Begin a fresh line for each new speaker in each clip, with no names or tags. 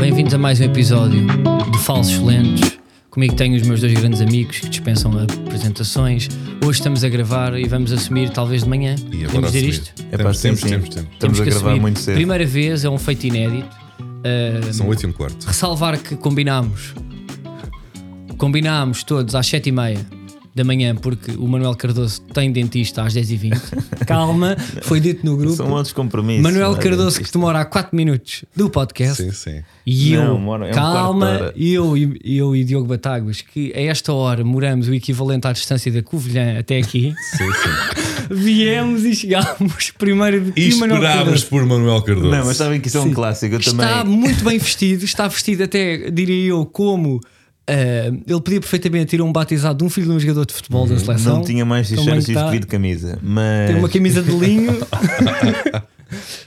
Bem-vindos a mais um episódio de Falsos Lentos. Comigo tenho os meus dois grandes amigos que dispensam apresentações. Hoje estamos a gravar e vamos assumir, talvez de manhã.
E agora
Podemos dizer
assumir.
isto?
É
Temos,
pá, sim,
temos,
sim.
temos, temos.
Temos
Estamos a
que
gravar
assumir.
muito cedo.
Primeira vez, é um feito inédito. Ah,
São 8 e um quarto.
ressalvar que combinámos. Combinámos todos às 7h30 da manhã, porque o Manuel Cardoso tem dentista às 10h20. Calma, foi dito no grupo.
São outros compromissos.
Manuel
não é?
Cardoso, que demora há 4 minutos do podcast.
Sim, sim.
E eu,
Não, mora- é um quarto de
calma,
hora.
eu, e- eu e Diogo Batáguas, que a esta hora moramos o equivalente à distância da Covilhã até aqui,
sim, sim.
viemos e chegámos primeiro
E
o Manuel
esperámos
Cardoso.
por Manuel Cardoso.
Não, mas sabem que isso é um
Sim.
clássico. Eu também.
Está muito bem vestido, está vestido até, diria eu, como ah, ele podia perfeitamente ir a um batizado de um filho de um jogador de futebol da seleção.
Uhum. Não tinha mais
Também
t-shirts e os
está.
devido camisa. Mas.
Tem uma camisa de linho.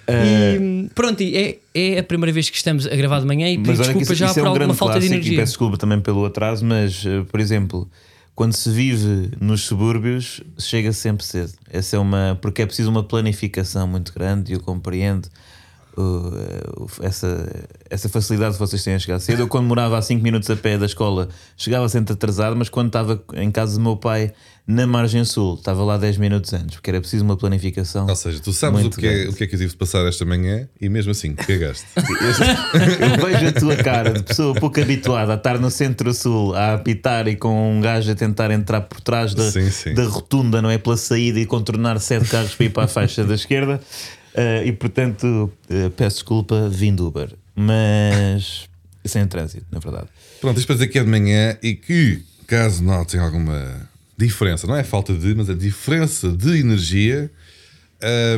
Eh,
e pronto, e é, é a primeira vez que estamos a gravar de manhã e
Mas
pedir
olha que
desculpa
isso,
já
isso
por
é um
alguma
grande
falta de
clássico e
energia.
peço desculpa também pelo atraso, mas, eh, por exemplo, quando se vive nos subúrbios, se chega sempre cedo. Essa é uma. Porque é preciso uma planificação muito grande e eu compreendo. uh, uh, essa, essa facilidade que vocês têm a chegar cedo. Eu, quando morava a 5 minutos a pé da escola, chegava sempre atrasado, mas quando estava em casa do meu pai, na margem sul, estava lá 10 minutos antes, porque era preciso uma planificação.
Ou seja, tu sabes o
Muito
que, é,
bem.
o que é que eu tive de passar esta manhã e mesmo assim cagaste.
Eu vejo a tua cara de pessoa pouco habituada a estar no centro-sul a apitar e com um gajo a tentar entrar por trás da,
Sim, sim.
da rotunda, não é? Pela saída e contornar sete carros para ir para a faixa da esquerda. Eh, e portanto, eh, peço desculpa, vim do Uber. Mas sem trânsito, na verdade.
Pronto, isto para dizer que é de manhã e que, caso notem alguma diferença, não é falta de, mas é diferença de energia,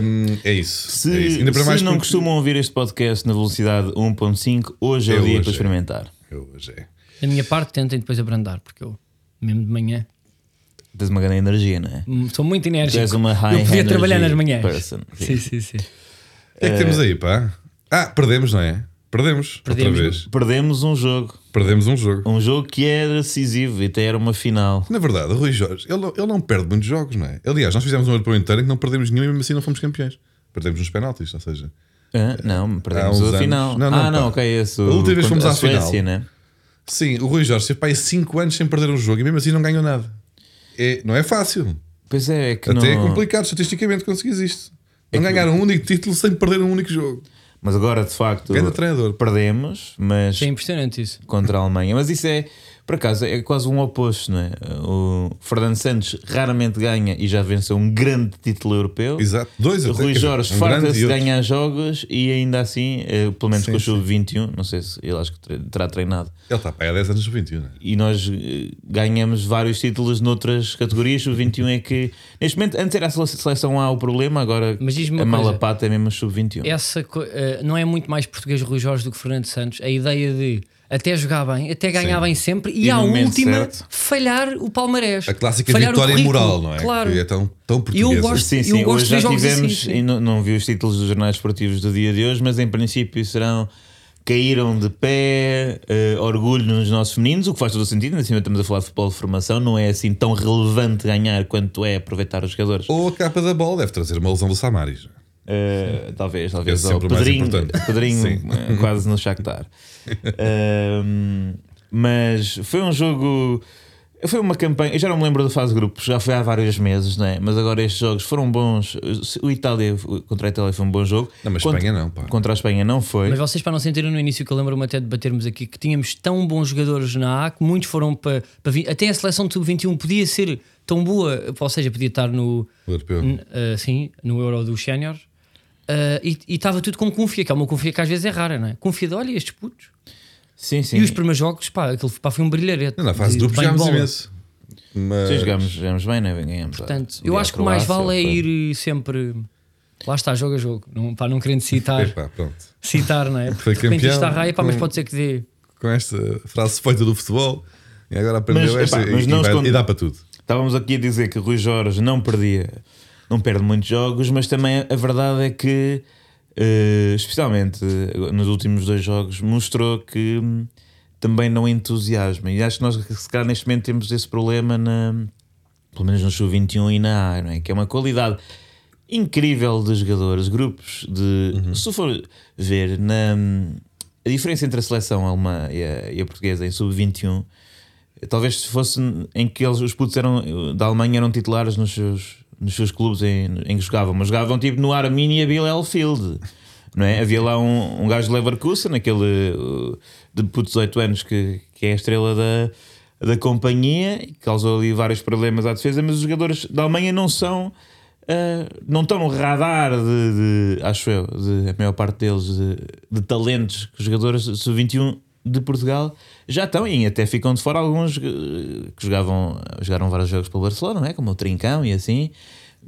hum, é, isso,
Se,
é isso. Ainda para
se
mais
não
porque-
costumam ouvir este podcast na velocidade 1.5, hoje é,
É
o dia
hoje,
para
é.
experimentar.
Hoje é.
Da minha parte, tentem depois abrandar, porque eu, mesmo de manhã,
Tens uma grande energia, não é?
hum, sou muito
Tu és
enérgico.
uma high
Eu podia
energy
trabalhar nas manhãs.
person. Sim.
Sim, sim, sim.
O
Eh,
que é que temos aí, pá? Ah, perdemos, não é? Perdemos,
Perdemos.
outra vez.
Perdemos um jogo.
Perdemos um jogo.
Um jogo que era decisivo e até era uma final.
Na verdade, o Rui Jorge, ele, não- ele não perde muitos jogos, não é? Aliás, nós fizemos um europeu inteiro em que não perdemos nenhum e mesmo assim não fomos campeões. Perdemos nos penaltis, ou seja,
Hã? não, perdemos
há uns
a final.
anos. Não, não,
ah, não,
pá.
ok, esse.
A última vez
contra
fomos
a
à final.
Suécia, né?
sim, o Rui Jorge teve para aí 5 anos sem perder um jogo e mesmo assim não ganhou nada. É, não é fácil.
Pois é, é que
Até é
não. É
complicado estatisticamente conseguir isto. Não ganhar um único título sem perder um único jogo.
Mas agora, de facto,
Grande treinador.
perdemos, mas
É impressionante isso.
contra a Alemanha. Mas isso é, por acaso, é quase um oposto, não é? O Fernando Santos raramente ganha e já venceu um grande título europeu.
Exato. Dois
O
até, quer
Rui
dizer,
Jorge
um grande
farta-se
e
de
outro.
ganhar jogos e ainda assim, eh, pelo menos
Sim,
com o sub-21, não sei se ele acho que tre- terá treinado.
Ele está para aí há 10 anos de 21, não é?
e nós eh, ganhamos vários títulos noutras categorias. O 21 é que, neste momento, antes era a sele- seleção A o problema, agora
Mas diz-me uma
a mala
coisa.
pata é mesmo a sub-21.
Essa co- eh, não é muito mais português Rui Jorge do que Fernando Santos. A ideia de até jogar bem, até ganhar
Sim.
bem sempre e,
E
à
no momento
última
certo.
falhar o palmarés.
A clássica
falhar o
vitória
currículo.
moral, não é?
Claro.
Que é tão, tão portuguesa.
gosto-
Sim,
eu
sim,
gosto
hoje já
de jogos
tivemos,
assim.
e não, não vi os títulos dos jornais esportivos do dia de hoje, mas em princípio serão. Caíram de pé, eh, orgulho nos nossos femininos, o que faz todo o sentido. Ainda Assim, estamos a falar de futebol de formação, não é assim tão relevante ganhar quanto é aproveitar os jogadores.
Ou a capa da bola deve trazer uma lesão do Samaris. é?
Uh, talvez, talvez.
Esse é
Ou
sempre o mais
Pedrinho,
importante.
Pedrinho
Sim.
uh, quase no Shakhtar. Um, mas foi um jogo... Foi uma campanha, eu já não me lembro da fase de grupos, já foi há vários meses, né? mas agora estes jogos foram bons. O Itália contra a Itália foi um bom jogo.
Não, mas
contra,
Espanha não, pá.
Contra a Espanha não foi.
Mas vocês, para não sentirem no início, que eu lembro-me até de batermos aqui, que tínhamos tão bons jogadores na A que muitos foram para. para vi- até a seleção de sub-21 podia ser tão boa, ou seja, podia estar no.
O europeu.
n- eh, sim, no Euro dos Séniores. eh, e e estava tudo com confia, que é uma confia que às vezes é rara, não é? Confia de olha estes putos.
Sim, sim.
E os primeiros jogos, pá, aquilo pá, foi um brilharete.
Não, na fase de grupos é um
bem
jogámos
bola.
imenso. Mas...
Sim, jogamos, jogamos bem, né? ganhamos.
Portanto,
Ali
eu
à
acho que o mais
Croácia,
vale é
foi.
ir eh, sempre. Lá está, jogo a jogo. Não, pá, não querendo citar,
Epá, pronto.
citar, não é? Porque
Foi
de repente
campeão
isto arraia, pá, mas
com-
pode ser que dê.
com esta frase feita do futebol e agora aprendeu
Mas,
esta
epá,
e-
mas
e,
não
vai-
esconde-
e dá para tudo.
Estávamos aqui a dizer que Rui Jorge não perdia, não perde muitos jogos, mas também a verdade é que, eh, especialmente eh, nos últimos dois jogos, mostrou que hum, também não entusiasma. E acho que nós, se calhar, neste momento temos esse problema, na, pelo menos no Sul 21 e na A, não é? que é uma qualidade incrível dos jogadores, grupos de. Se for ver na hum, A diferença entre a seleção alemã e a, e a portuguesa em sub-21, eh, talvez se fosse em que eles, os putos eram, eh, da Alemanha eram titulares nos seus, nos seus clubes em, em que jogavam, mas jogavam tipo no Arminia Bielefeld. Não é? Havia lá um, um gajo de Leverkusen, aquele eh, de puto de 18 anos que, que é a estrela da, da companhia, e causou ali vários problemas à defesa, mas os jogadores da Alemanha não são Uh, não estão no radar de, de- acho eu, de, a maior parte deles de, de talentos que os jogadores sub-21 de Portugal já estão e até ficam de fora alguns uh, que jogavam, jogaram vários jogos pelo Barcelona, não é? como o Trincão e assim.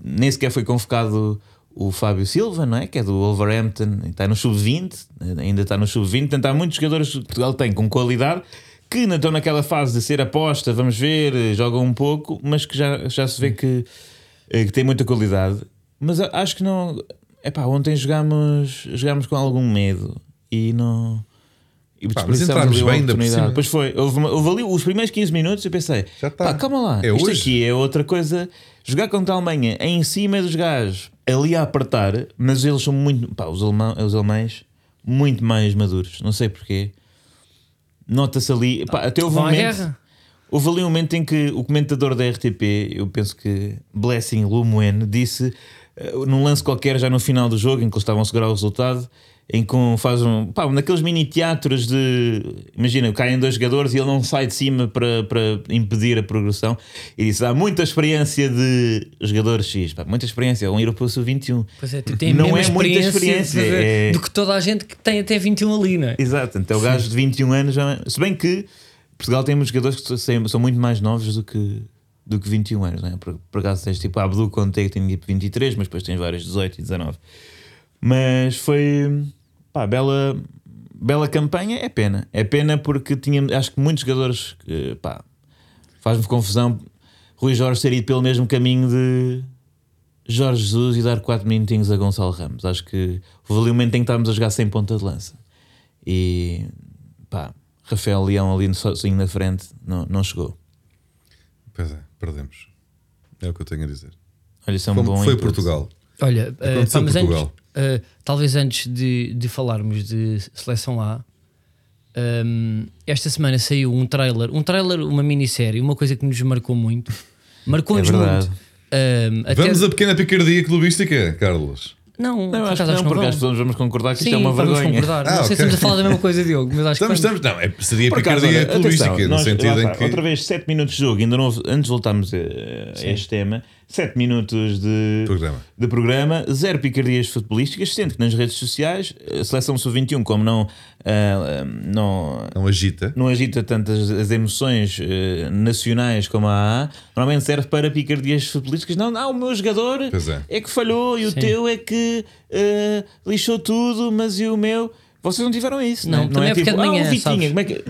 Nem sequer foi convocado o Fábio Silva, não é? que é do Wolverhampton, e está no sub-20, ainda está no sub-20. Portanto, há muitos jogadores que Portugal tem com qualidade que ainda estão naquela fase de ser aposta, vamos ver, eh, jogam um pouco, mas que já, já se vê que eh, que tem muita qualidade, mas a- acho que não. Epá, ontem jogámos, jogámos com algum medo e não. E
Pá, mas
desperdiçámos
entrámos
ali uma
bem ainda por
oportunidade.
cima.
Pois foi, houve, uma- houve ali os primeiros 15 minutos eu pensei,
Já tá.
pá, calma lá,
É
isto
hoje.
aqui é outra coisa. Jogar contra a Alemanha em cima dos gajos, ali a apertar, mas eles são muito. Pá, os, alemão, os alemães, muito mais maduros, não sei porquê. Nota-se ali, pá, até houve um
Vão à
momento.
guerra.
Houve ali um momento em que o comentador da RTP, eu penso que Blessing Lumoen, disse eh, num lance qualquer já no final do jogo, em que eles estavam a segurar o resultado, em que um, faz um. pá, um daqueles mini teatros de. imagina, caem dois jogadores e ele não sai de cima para, para impedir a progressão. E disse: há muita experiência de jogador X, pá, muita experiência, um europeu sub-21.
Pois é, tem a
Não
mesma
é muita
experiência,
experiência,
de-
é-
do que toda a gente que tem até 21 ali, não é?
Exato, então o gajo de 21 anos já. não é- Se bem que Portugal tem muitos jogadores que são são muito mais novos do que, do que 21 anos, não é? Por, por acaso tens tipo a Abdu Conte que tem tipo 23, mas depois tens vários 18 e 19. Mas foi. pá, bela. Bela campanha, é pena. É pena porque tinha, acho que muitos jogadores. que, pá, faz-me confusão Rui Jorge ter ido pelo mesmo caminho de Jorge Jesus e dar 4 minutinhos a Gonçalo Ramos. Acho que houve ali um momento em que estávamos a jogar sem ponta de lança. E pá, Rafael Leão ali no- sozinho na frente não, não chegou.
Pois é, perdemos. É o que eu tenho a dizer.
Olha, isso é um
Como
bom
foi
input.
Portugal.
Olha, eh,
Aconteceu
pá, mas antes,
Portugal.
eh, talvez antes de, de falarmos de seleção A, ehm, esta semana saiu um trailer, um trailer, uma minissérie, uma coisa que nos marcou muito. Marcou-nos
É verdade.
muito. Ehm, até-
Vamos à pequena picardia clubística, Carlos.
Não,
Não,
por
acho
acaso
que não, porque
vão.
as pessoas vamos concordar que
Sim,
isto é uma
vamos
vergonha.
concordar.
Ah,
não sei
ok.
se estamos a falar da mesma coisa, Diogo, mas acho
Estamos,
que
estamos. Não, é, seria
Por acaso,
picardia
olha,
clubística,
atenção,
no
nós-
sentido
lá
em
está,
que.
Outra vez, 7 minutos de jogo, ainda não houve- antes de voltarmos eh, a, este tema, 7 minutos de
Programa.
de programa, zero picardias futebolísticas, sendo que nas redes sociais, a seleção sub-21, como não, ah, ah, não,
Não é um agita.
não agita tantas as emoções eh, nacionais como a AA, normalmente serve para picardias futebolísticas. Não, não, o meu jogador
Pois é.
que falhou e o teu é que eh, lixou tudo, mas e o meu. Vocês não tiveram isso,
Não,
não,
também é porque é de
ah, o
manhã,
Vitinha,
sabes?
como é que.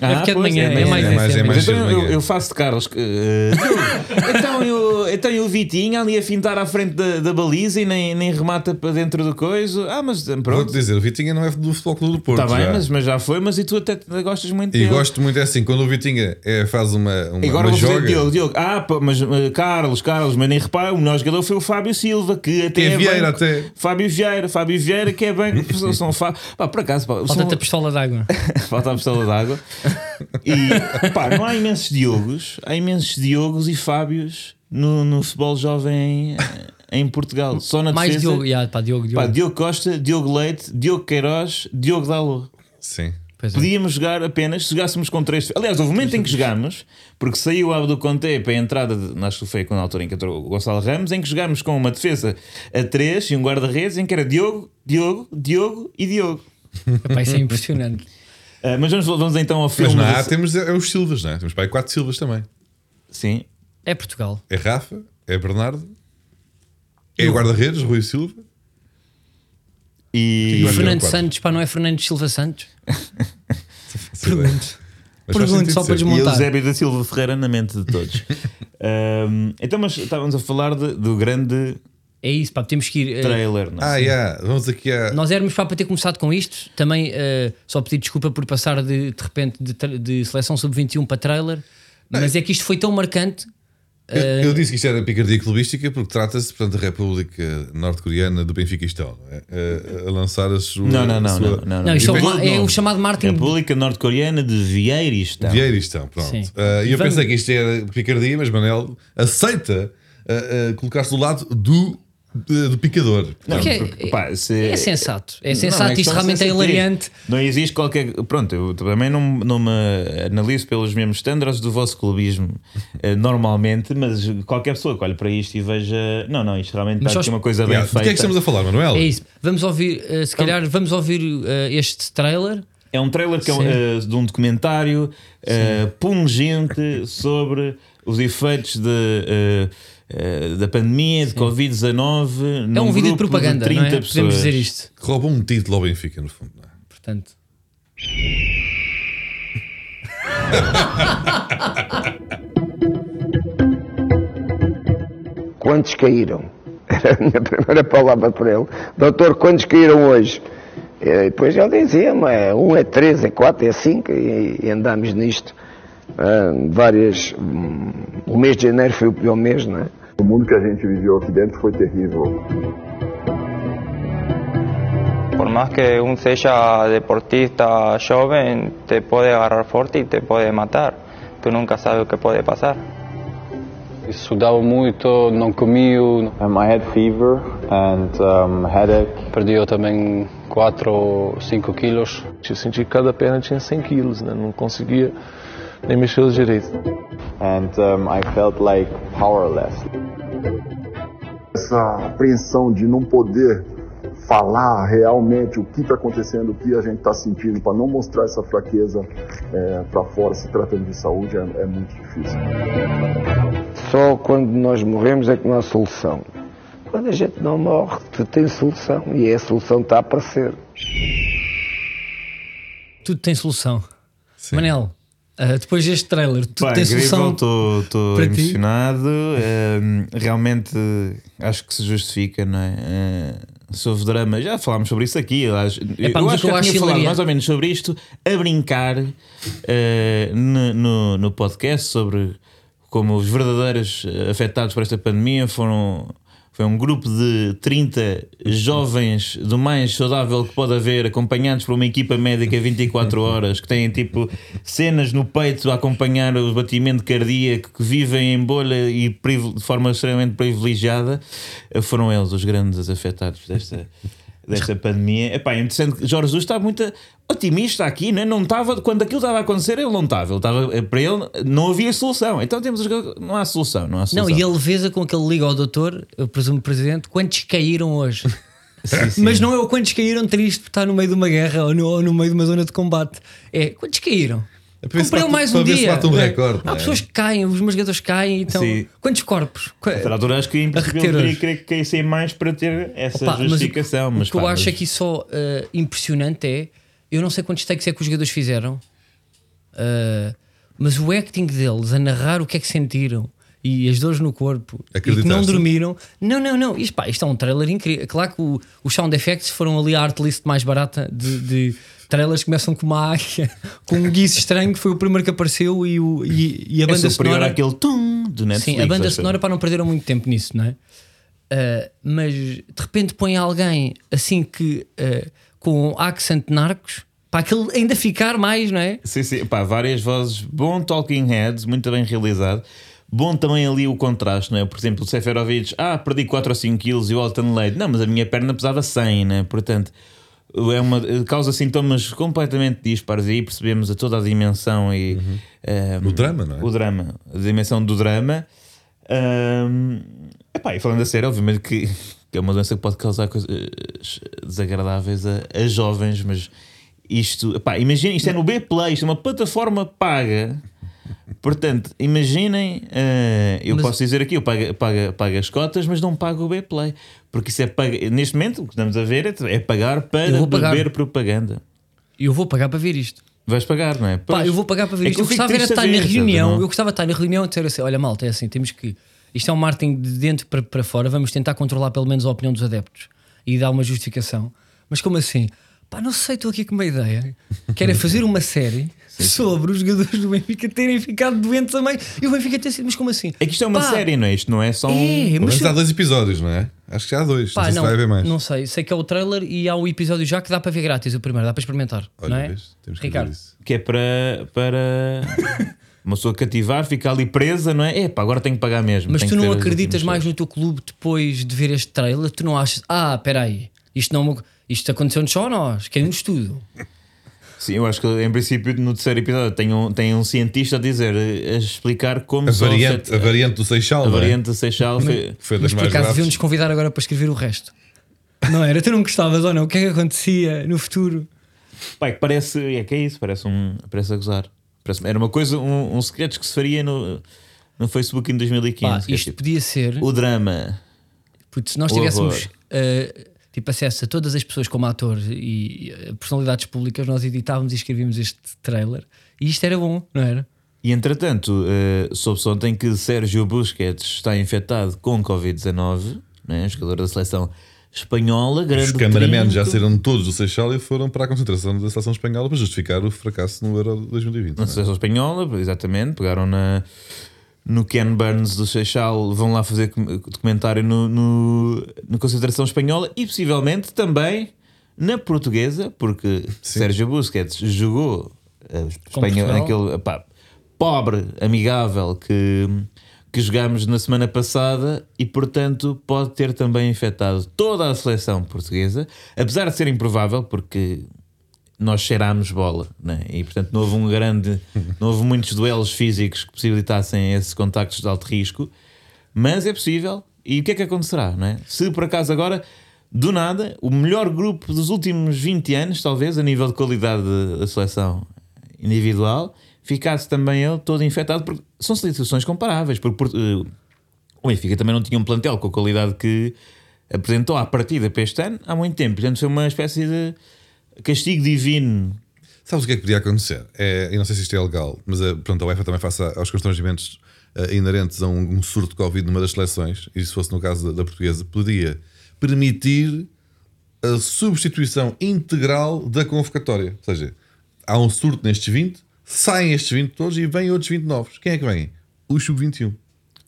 É porque é de
pois,
manhã, é
de
mais
manhã.
isso, é
assim, mais
Mas
isso.
então
de
eu,
manhã.
eu faço de Carlos que. eh, então, eu, então eu Vitinha ali a fintar à frente da, da baliza e nem, nem remata para dentro do coiso. Ah, mas
Vou-te
pronto.
dizer, o Vitinha não é do Futebol Clube do Porto.
Está bem,
já.
mas, mas já foi, mas e tu até gostas muito
E
dele.
gosto muito é assim, quando o Vitinha é, faz uma, uma,
E agora
uma
vou dizer
joga.
Diogo, Diogo. Ah, pá, mas eh, Carlos, Carlos, mas nem repara, o melhor jogador foi o Fábio Silva, que até.
Que é Vieira,
banco.
até.
Fábio Vieira, Fábio Vieira, que é bem. são Fá... Pá, por acaso, pá,
falta-te a
são-
pistola d'água.
falta a pistola d'água. E pá, não há imensos Diogos, há imensos Diogos e Fábios no, no futebol jovem em Portugal. Só na
Mais
defesa.
Diogo, já, pá, Diogo, Diogo.
Pá, Diogo Costa, Diogo Leite, Diogo Queiroz, Diogo Dalo.
Sim.
Pois é.
Podíamos jogar apenas se jogássemos com três. Aliás, houve um momento em que jogámos, porque saiu o Abdo Conte para a entrada, de, acho que foi quando a altura em que entrou o Gonçalo Ramos, em que jogámos com uma defesa a três e um guarda-redes, em que era Diogo, Diogo, Diogo e Diogo.
Epá, isso é impressionante.
Ah, mas vamos, vamos então ao
Mas
filme.
na
da-
A temos é, os Silvas, não é? Temos para aí quatro Silvas também.
Sim,
É Portugal.
É Rafa, é Bernardo, é o guarda-redes, Rui Silva.
E
E o
Olha,
Fernando
quatro.
Santos, pá, não é Fernando Silva Santos?
Pergunto.
Pergunto, só para
e
montar.
Eusébio da Silva Ferreira na mente de todos. Ahm, então, mas estávamos a falar de- do grande
É isso, pá, temos que ir. eh,
trailer, não é?
Ah, yeah. vamos aqui a.
Nós éramos para ter começado com isto. Também eh, só pedir desculpa por passar um de, de repente de, tra- de seleção sub-21 para trailer. Mas é que isto foi tão marcante
Eu, eu disse que isto era picardia clubística porque trata-se, portanto, da República Norte-Coreana do Benfiquistão, não é? A, a lançar a sua.
Não, não, não,
a sua-
não, não,
Não,
não.
isto é, o,
Depende
ma-
do
é o
nome.
chamado Martin.
República Norte-Coreana de Vieiristão.
Vieiristão, pronto.
Sim.
Ah, e eu
Vamos-
pensei que isto era picardia, mas Manel aceita ah, ah, colocar-se do lado do, de- do picador. Portanto,
Porque
porque,
é,
pá, se-
é sensato. É
Não,
sensato.
é
isto
questão de
realmente é
ser sentido.
hilariante.
Não existe qualquer. Pronto, eu também não, não me analiso pelos mesmos estándares do vosso clubismo eh, normalmente, mas qualquer pessoa que olhe para isto e veja. Não, não, isto realmente
Mas
está
só
aqui
es-
uma coisa bem
yeah, do que é que
feita.
estamos a falar, Manuel?
É isso. Vamos ouvir, eh, se calhar, vamos ouvir eh, este trailer.
É um trailer que é um,
Sim.
eh, de um documentário eh, pungente sobre os efeitos de, eh, eh, da pandemia de Covid-19.
É um vídeo de propaganda,
de 30
não é?
pessoas.
Podemos dizer isto.
Roubou um título ao Benfica, no fundo. Não é?
Portanto,
Quantos caíram? Era a minha primeira palavra para ele. Doutor, quantos caíram hoje? Eh, depois ele dizia, mas um é três, é quatro, é cinco, e, e andámos nisto. ah, várias. hum, o mês de janeiro foi o pior mês, não é?
O mundo que a gente viveu aqui dentro foi terrível.
Por más que un sea deportista joven, te puede agarrar fuerte y te puede matar. Tú nunca sabes qué puede pasar.
Estudava muito, não comia,
Um, I had fever and um, headache.
perdia também 4 ou 5 quilos.
Eu senti que cada perna tinha 100 quilos, né? Não conseguia nem mexer os direitos.
and um, I felt like powerless.
Essa apreensão de não poder falar realmente o que está acontecendo, o que a gente está sentindo, para não mostrar essa fraqueza para fora, se tratando de saúde, é- é muito difícil.
Só quando nós morremos é que não há solução. Quando a gente não morre, tu tens solução. E é a solução está a aparecer.
tudo tem solução. Manel, eh, depois deste trailer, tudo
Pá,
tem solução.
incrível, estou
para ti?
emocionado. Ehm, realmente acho que se justifica, não é? Eh, se houve drama, já falámos sobre isso aqui. Eu acho,
Epá,
eu
É mas o
acho
que
que
eu
já
acho
tinha falado
hilariante-
mais ou menos sobre isto a brincar eh, no, no, no podcast sobre como os verdadeiros eh, afetados por esta pandemia foram. Foi um grupo de 30 jovens do mais saudável que pode haver, acompanhados por uma equipa médica 24 horas, que têm tipo cenas no peito a acompanhar o batimento cardíaco, que vivem em bolha e privi- de forma extremamente privilegiada. Eh, Foram eles os grandes afetados desta, desta pandemia. Epá, é interessante que Jorge Jesus está muito otimista aqui, né? não estava, quando aquilo estava a acontecer, ele não estava. Ele estava para ele não havia solução. Então temos os go- não há solução, não há
Não,
solução.
e a leveza com que ele liga ao doutor, eu presumo presidente, quantos caíram hoje? Mas não é o quantos caíram triste por estar no meio de uma guerra ou no, ou no meio de uma zona de combate. É quantos caíram?
É para ver se
Comprei
bate-
mais
para
um
ver se
dia.
bate um
Não é?
recorde, não
Há
é?
pessoas que caem, os meus jogadores caem, então.
Sim.
Quantos corpos? Qua-
Será que acho que é impossível
reter
teria
hoje.
que querer que caíssem mais para ter essa
Pá, mas o-
justificação. Mas,
o que eu
pá,
acho
mas-
aqui só eh, impressionante é. Eu não sei quantos takes é que os jogadores fizeram, eh, mas o acting deles a narrar o que é que sentiram e as dores no corpo e que não
Acreditaste?
dormiram. Não, não, não. Isto, pá, isto é um trailer incrível. Claro que o- os sound effects foram ali a art list mais barata de. de Trailers que começam com uma águia, com um guiço estranho que foi o primeiro que apareceu e, o, e, e a
é
banda
superior
sonora.
àquele tum do É Netflix.
Sim, a banda
acho.
sonora para não perderam muito tempo nisso, não é? Ah, mas de repente põe alguém assim que ah, com accent narcos para aquele ainda ficar mais, não é?
Sim, sim, pá, várias vozes, bom talking heads, muito bem realizado. Bom também ali o contraste, não é? Por exemplo, o Seferovic, ah, perdi 4 ou 5 quilos e o Alton Leite, não, mas a minha perna pesava 100, né? Portanto, é uma, causa sintomas completamente dispares e aí percebemos a toda a dimensão e. eh,
O drama, não é?
o drama, a dimensão do drama. Ahm, epá, e falando a sério, obviamente que, que é uma doença que pode causar coisas desagradáveis a, a jovens, mas isto, epá, imagina, isto é no B-Play, isto é uma plataforma paga. Portanto, imaginem, ah, eu
Mas-
posso dizer aqui, eu pago, pago, pago as cotas, mas não pago o B-Play, porque isso é paga, neste momento o que estamos a ver é, é pagar para
Eu vou pagar.
beber propaganda.
Eu vou pagar para ver isto.
Vais pagar, não é?
Pá,
Pois.
eu vou pagar para ver
É que
isto. Eu
fico
gostava era de
triste a
estar na
ver, sabe,
reunião.
não? é?
Eu gostava de estar na reunião e dizer assim: olha, malta, é assim, temos que. Isto é um marketing de dentro para, para fora, vamos tentar controlar pelo menos a opinião dos adeptos e dar uma justificação. Mas como assim? Pá, não sei, estou aqui com uma ideia. Que era fazer uma série sobre os jogadores do Benfica terem ficado doentes a meio. E o Benfica ter sido, mas como assim?
É que isto é uma
Pá,
série, não é? Isto não é só um.
É,
Pelo
mas
menos há dois episódios, não é? Acho que já há dois.
Pá,
não sei se vai haver mais.
não sei. Sei que é o trailer e há o episódio já que dá para ver grátis o primeiro, dá para experimentar.
Olha,
não é?
vês? Temos que
Ricardo,
ver isso.
Que é para. para... Uma pessoa cativar, fica ali presa, não é? Epá, agora tenho que pagar mesmo.
mas
tenho
tu
que
não
ver as
acreditas
últimas
mais
coisas.
no teu clube depois de ver este trailer? Tu não achas, ah, espera aí, isto, não, é uma- isto aconteceu-nos só a nós, é um queremos tudo.
Sim, eu acho que em princípio no terceiro episódio tem um, tem um cientista a dizer, a explicar como
A
só
variante,
sete-
a variante do Seixal.
a
não é?
variante de
Uhum.
Seixal foi.
Foi das
Mas por
mais
acaso
graves.
deviam-nos convidar agora para escrever o resto. Não era? Tu não gostavas ou não? O que é que acontecia no futuro?
Pai, que parece. É que é isso, parece um. Parece a gozar. Parece- era uma coisa, um, um secreto que se faria no, no Facebook em 2015.
Pá,
que é
isto
tipo,
podia ser.
O drama.
Puto, se nós
O
tivéssemos
horror.
eh, tipo acesso a todas as pessoas como atores e eh, personalidades públicas, nós editávamos e escrevíamos este trailer e isto era bom, não era?
E entretanto, eh, soube-se ontem que Sérgio Busquets está infectado com Covid-19, né, jogador da seleção espanhola, grande.
Os cameramen
trinco.
já saíram todos do Seixal e foram para a concentração da seleção espanhola para justificar o fracasso no Euro 2020. não
na
é?
seleção espanhola, exatamente, pegaram na, no Ken Burns do Seixal, vão lá fazer com- documentário no, no, na concentração espanhola e possivelmente também na portuguesa, porque Sérgio Busquets jogou eh, espanhol,
Portugal.
aquele pá, pobre, amigável que, que jogámos na semana passada e, portanto, pode ter também infectado toda a seleção portuguesa, apesar de ser improvável, porque nós cheirámos bola, né? e portanto não houve um grande, não houve muitos duelos físicos que possibilitassem esses contactos de alto risco, mas é possível. E o que é que acontecerá? Né? Se por acaso agora, do nada, o melhor grupo dos últimos 20 anos, talvez, a nível de qualidade da seleção individual, ficasse também ele todo infectado, porque são situações comparáveis, porque, por- eh, o Benfica também não tinha um plantel com a qualidade que apresentou à partida para este ano há muito tempo. Portanto, foi uma espécie de castigo divino.
Sabes o que é que podia acontecer? É, e não sei se isto é legal, mas eh, pronto, a UEFA também face a- aos constrangimentos eh, inerentes a um, um surto de Covid numa das seleções, e se fosse no caso da, da portuguesa, podia permitir a substituição integral da convocatória. Ou seja, há um surto nestes 20, saem estes 20 todos e vêm outros 20 novos. Quem é que vem? Os sub-21.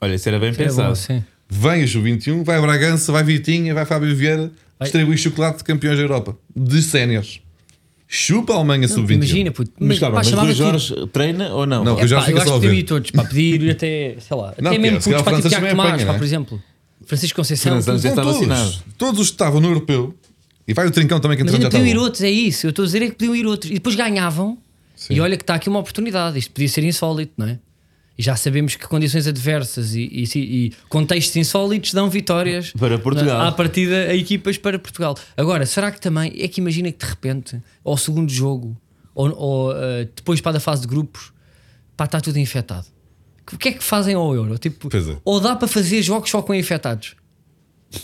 Olha, isso era bem
Era
pensado.
é bom, sim.
Vem o Ju21, vai Bragança, vai Vitinha, vai Fábio Vieira, distribui chocolate de campeões da Europa, de séniores. Chupa a Alemanha sub-21.
Imagina, puto.
Mas,
tá
calma,
pá,
mas
chamava
Rui
aqui-
Jorge treina ou não?
Não,
É,
Rui Jorge
pá, eu
fica
acho
só
que
a
devia
ver.
ir todos, pá, pedir ir até, sei lá,
Não,
até
porque,
mesmo
se calhar,
putos,
a
para tipo
França
Tiago
também
Tomás,
apanha,
pá,
né?
por exemplo. Francisco Conceição.
França-
Mas
já está vacinado.
todos, todos os que estavam no Europeu. E vai o Trincão também que entrou já tá
ainda
está
podiam ir
bom.
outros, é isso. Eu estou a dizer é que podiam ir outros. E depois ganhavam. E olha que está aqui uma oportunidade. Isto podia ser insólito, não é? E já sabemos que condições adversas e, e si- e contextos insólitos dão vitórias
Para Portugal.
na- à partida a equipas para Portugal. Agora, será que também é que imagina que de repente, ao segundo jogo, ou, ou, eh, depois para a fase de grupos, pá, está tudo infectado. O que é que fazem ao Euro? Tipo,
Pois é.
Ou dá para fazer jogos só com infectados?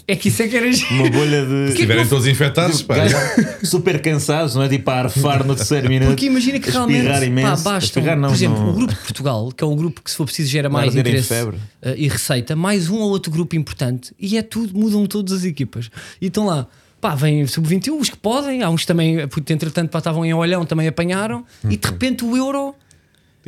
É que isso é que era giro.
Uma bolha de.
Se estiverem todos infectados, pá.
Gajos super cansados, não é? Tipo a arfar no terceiro minuto.
Porque imagina que
a espirrar
realmente
imenso.
pá,
A
basta. um-
espirrar não,
por exemplo,
não-
o grupo de Portugal, que é o grupo que se for preciso gera mais
arderem de
interesse
febre.
eh, e receita, mais um ou outro grupo importante, e é tudo, mudam todas as equipas. E estão lá, pá, vêm sub-21, os que podem, há uns que também, puto, entretanto, pá, estavam em olhão, também apanharam, e
Uhum.
de repente o euro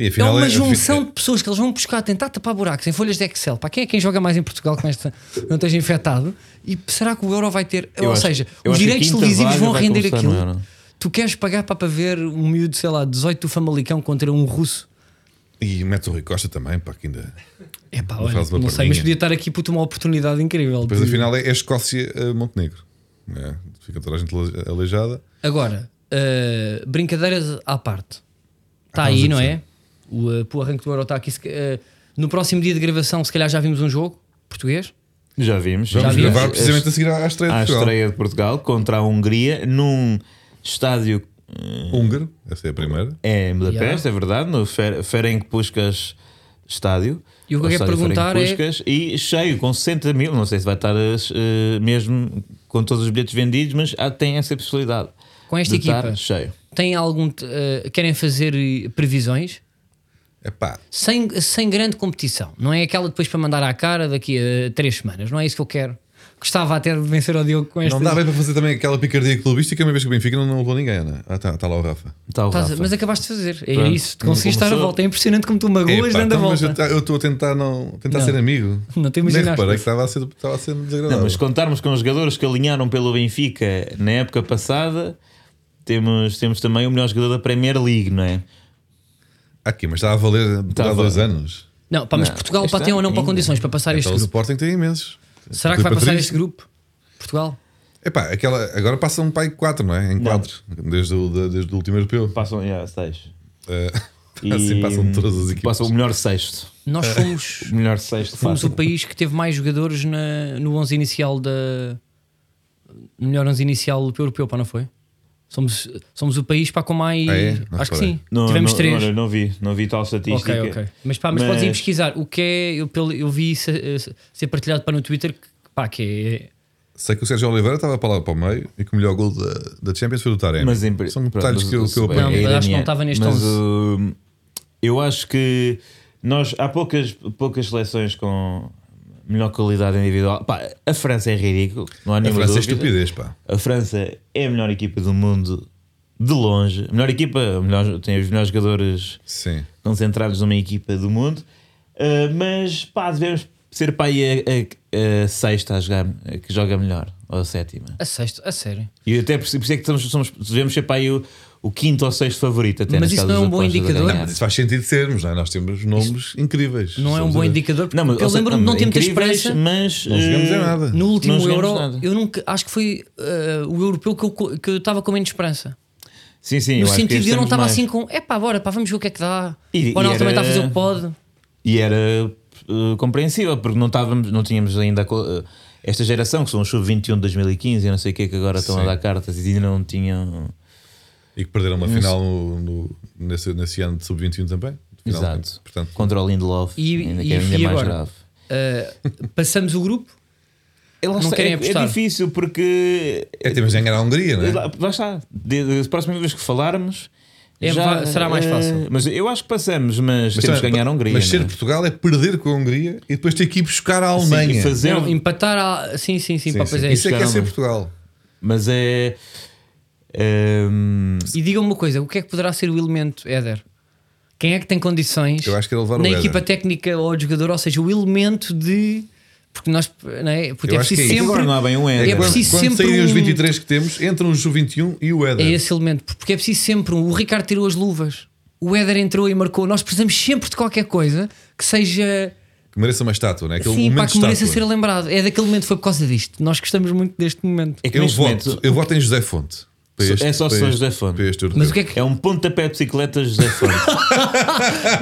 E
é
afinal
uma
é-
junção de pessoas que eles vão buscar, tentar tapar buracos em folhas de Excel. Para quem é quem joga mais em Portugal que nesta não esteja infectado? E será que o euro vai ter.
Eu
ou
acho-
seja,
eu
os
acho que a
direitos
quinta
televisivos
vaga
vão
vai
render
começar no
aquilo.
Euro.
Tu queres pagar para para ver um miúdo, sei lá, 18 do Famalicão contra um russo?
E mete o Rui Costa também, pá, que ainda.
É pá, olha, não
faz uma
sei,
perninha.
mas podia estar aqui puto uma oportunidade incrível.
Depois
de-
afinal é, é Escócia-Montenegro. é? Fica toda a gente ale- aleijada.
Agora, uh, brincadeiras à parte. Está
Ah,
aí,
vamos
não
dizer.
é? O, uh, o arranque do Euro está aqui. se ca- uh, no próximo dia de gravação, se calhar já vimos um jogo português.
Já vimos.
Vamos
vi.
gravar precisamente a seguir à à estreia de
à
Portugal.
estreia de Portugal contra a Hungria num estádio
Húngaro, essa é a primeira.
É, em Budapeste,
Yeah.
é verdade, no Fer- Ferenc Puskas Estádio.
E o que eu
Ao
quero
estádio Ferenc
perguntar é-
Puskas, E cheio, com 60 mil, não sei se vai estar eh, mesmo com todos os bilhetes vendidos, mas há- tem essa possibilidade.
Com esta
de estar
equipa.
cheio.
Tem algum. uh, querem fazer uh, previsões?
É pá,
sem, sem grande competição. Não é aquela depois para mandar à cara daqui a três semanas. Não é isso que eu quero. Gostava até de vencer o Diogo com esta.
Não dá bem para fazer também aquela picardia clubística, uma vez que o Benfica não, não levou ninguém, né? Ah, tá, tá lá o Rafa.
Tá o Rafa.
mas acabaste de fazer. É
Pronto.
isso. Tu conseguiste dar a
Começou.
volta. É impressionante como tu magoas
Epá,
dando a
então, mas eu
volta.
ta- eu estou a tentar, não, tentar
Não.
ser amigo.
Não te
Nem
imaginaste.
reparei que estava a ser, estava a ser
Não,
é-
desagradável.
mas contarmos com os jogadores que alinharam pelo Benfica na época passada, temos, temos também o melhor jogador da Premier League, não é?
Aqui, mas está a valer há
Estava.
dois anos.
Não, pá, mas
Não,
Portugal
este
pá, tem
ano
ou não para
ainda. É
condições para passar este
Então, o
grupo?
Sporting tem imensos.
É Será que vai
Filipe
passar
Patricio.
este grupo? Portugal?
Epá, aquela, agora passa um pai 4, não é? Em 4, desde o, da- desde o último europeu.
Passam, yeah, seis.
Eh, assim passam todas as equipas.
Passam um- o melhor sexto.
Nós fomos,
O melhor sexto.
fomos o
então.
fácil.
país que teve mais jogadores na- no 11 inicial da. Melhor 11 inicial europeu, pá, não foi? Somos, somos o país pá, com mais.
Ah, é? Não
Acho que
reparei.
sim.
Não,
Tivemos
não,
três.
olha, Não, vi, não vi tal estatística.
Ok, ok. Mas, pá, mas,
Mas-
podes ir pesquisar. O que é. Eu, pelo- eu vi isso, eh, ser partilhado para no Twitter que, pá, que é.
Sei que o Sérgio Oliveira estava para lá para o meio e que o melhor gol da, da Champions foi do Taremi.
Mas em pri-
São
pronto,
detalhes
mas é
que eu,
o
que eu
Sebastião
apanhei. É
Não, mas acho que
Iranian.
não estava neste
Mas,
11.
hum, eu acho que nós há poucas, poucas seleções com melhor qualidade individual. Pá, a França é ridículo, não há
A
nenhuma
França é
dúvida.
estupidez, pá.
A França é a melhor equipa do mundo de longe. A melhor equipa, a melhor- tem os melhores jogadores
Sim.
concentrados numa equipa do mundo. Uh, mas pá, devemos ser para aí a, a- a sexta a jogar, a que joga melhor, ou a sétima.
A sexto, a sério.
E até por, por isso é que estamos, somos, devemos ser para aí o, o quinto ou sexto favorito. Até
Mas
nas
isso
casas
não é um
de
bom
apostas a
indicador?
ganhar.
Não, mas isso faz sentido sermos, não é? Nós temos nomes incríveis.
Não é um
Somos
bom
a-
indicador. Porque
Não, mas,
eu
ou seja,
lembro-me de não termos
incríveis,
expressa.
mas
Não jogamos em
eh,
nada.
No
Não
último
jogamos
Euro,
nada.
eu nunca acho que foi eh, o europeu que eu co- que eu estava com menos esperança.
Sim, sim, eu
No
acho que
sentido de eu não
temos
estava
mais.
assim com é pá, bora, pá, vamos ver o que é que dá.
E-
o Ronaldo
e
também está a fazer o
era-
que pode.
E era eh, compreensível, porque não, estávamos, não tínhamos ainda a co- eh, esta geração, que são os sub-21 de 2015 e não sei o que, que agora estão a
Sim.
dar cartas e ainda não tinham.
E que perderam uma final no, no- nesse, nesse ano de sub-21 também. Final,
Exato.
Portanto,
Contra o Lindelof,
E-
ainda,
e-
que é ainda
e
mais
agora?
grave.
Eh, passamos o grupo,
Não
está- querem
é,
apostar.
é difícil porque.
é, temos de ganhar a Hungria, não é?
Lá, lá está. De, de, próxima vez que falarmos.
É, vai- será mais
eh,
fácil.
mas eu acho que passamos, mas, temos que
também-
ganhar a Hungria.
Então, Mas ser
não é?
Portugal é perder com a Hungria e depois ter que ir buscar a
Sim,
Alemanha.
e fazer- um-
Não, empatar a... sim, sim, sim,
Sim,
pá,
sim.
pois é.
Isso é que é
Buscar a
ser
Alemanha.
Portugal.
Mas é. ehm,
E digam-me uma coisa, o que é que poderá ser o elemento Éder? Quem é que tem condições
Eu acho que era levar o
na
Éder.
equipa técnica ou de jogador, ou seja, o elemento de porque nós não é, porque
Eu
é
acho
preciso
que é isso.
sempre
Agora não há bem um Éder.
é
quando
preciso
quando
sempre
saírem os
um-
23 que temos, entram os 21 e o Éder.
É esse elemento, porque é preciso sempre um. O Ricardo tirou as luvas, o Éder entrou e marcou. Nós precisamos sempre de qualquer coisa que seja
Que mereça uma estátua, não é? Aquele
sim,
momento
pá, que mereça
estátua.
ser lembrado. É daquele momento, foi por causa disto. Nós gostamos muito deste momento.
é que
Eu
neste
voto,
momento-
eu voto em José Fonte. Para
Só- é só
para
São
este-
José Fonte.
para este europeu.
Mas o que é que.
É um pontapé de bicicleta José Fonte.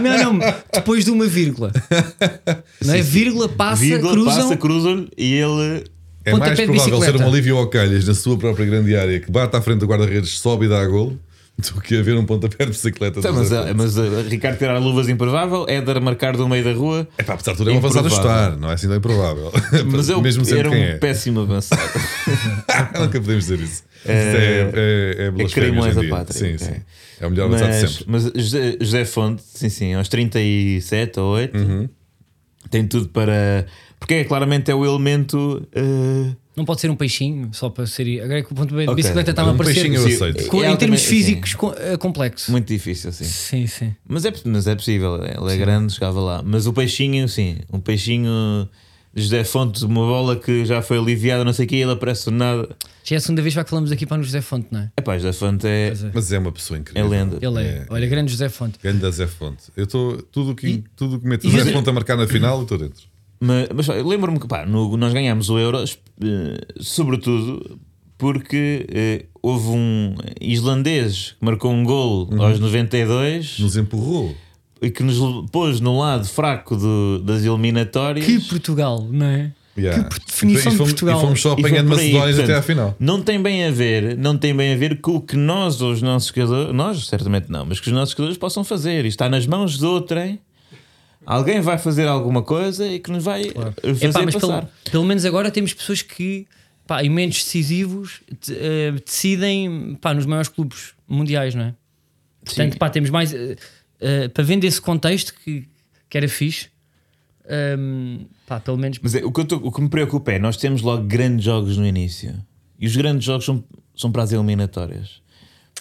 Não, não, depois de uma vírgula. Não é? Vírgula, passa,
Vírgula,
cruzam.
passa, cruzam-lhe e ele.
Pontapé de
É mais provável ser
bicicleta.
um Olívio Ocalhas na sua própria grande área que bate à frente do guarda-redes, sobe e dá golo do que haver um pontapé de bicicleta.
Tá,
do
mas
Zé
ah,
Fonte.
mas, ah, Ricardo tirar luvas improvável, Éder marcar do meio da rua.
É pá, apesar de tudo, é um avançado a
Improvável.
estar, não é assim tão improvável.
Mas eu
Mesmo sendo
era um
quem é.
péssimo avançado.
Nunca podemos dizer isso. Isto é, é, é blasfémia
crime
hoje em
lesa
dia.
pátria,
Sim,
ok.
sim. É o melhor avançado de
mas,
sempre.
mas José, José Fonte, sim, sim, aos 37 ou 8,
Uhum.
tem tudo para. Porque é claramente é o elemento. eh,
Não pode ser um peixinho, só para ser. Agora é que o ponto de
Ok.
bicicleta estava
Um
a parecer.
peixinho eu
Sim.
aceito.
Co-
É
em termos
altamente-
físicos, co- eh, complexo.
muito difícil, sim.
Sim, sim.
Mas é, mas é possível, ele é grande, chegava lá. Mas o peixinho, sim, um peixinho José Fonte, uma bola que já foi aliviada, não sei o que, ele aparece do nada.
Já é a segunda vez que falamos aqui para o José Fonte, não é?
É pá, José Fonte é,
Mas é uma pessoa
é
incrível.
lenda.
Ele é.
É.
Olha, grande José Fonte.
Ganda Zé Fonte. Eu estou. Tudo o que, tudo o que meto
e-
Zé Fonte a marcar na final, eu estou dentro.
Mas, mas olha, lembro-me que pá, no- nós ganhámos o Euro, eh, sobretudo porque eh, houve um islandês que marcou um gol
Uhum.
aos 92
Nos empurrou.
e que nos pôs no lado fraco do- das eliminatórias.
Que Portugal, não é?
Yeah.
por definição
e, fomos,
de Portugal.
e fomos só
E foi
apanhando
por aí,
Macedónias
portanto,
até à final.
Não tem bem a ver, não tem bem a ver com o que nós, os nossos jogadores, nós certamente não, mas que os nossos jogadores possam fazer. Isto está nas mãos de outrem. Alguém vai fazer alguma coisa e que nos vai eh, fazer
Epá, mas
passar.
pelo, pelo menos agora temos pessoas que, pá, em momentos decisivos, de- eh, decidem pá, nos maiores clubes mundiais, não é? Portanto, pá, temos mais. eh, eh, para vender esse contexto que, que era fixe, hum, pá, pelo menos.
Mas é, o, que eu tô- o que me preocupa é, nós temos logo grandes jogos no início. E os grandes jogos são, são para as eliminatórias.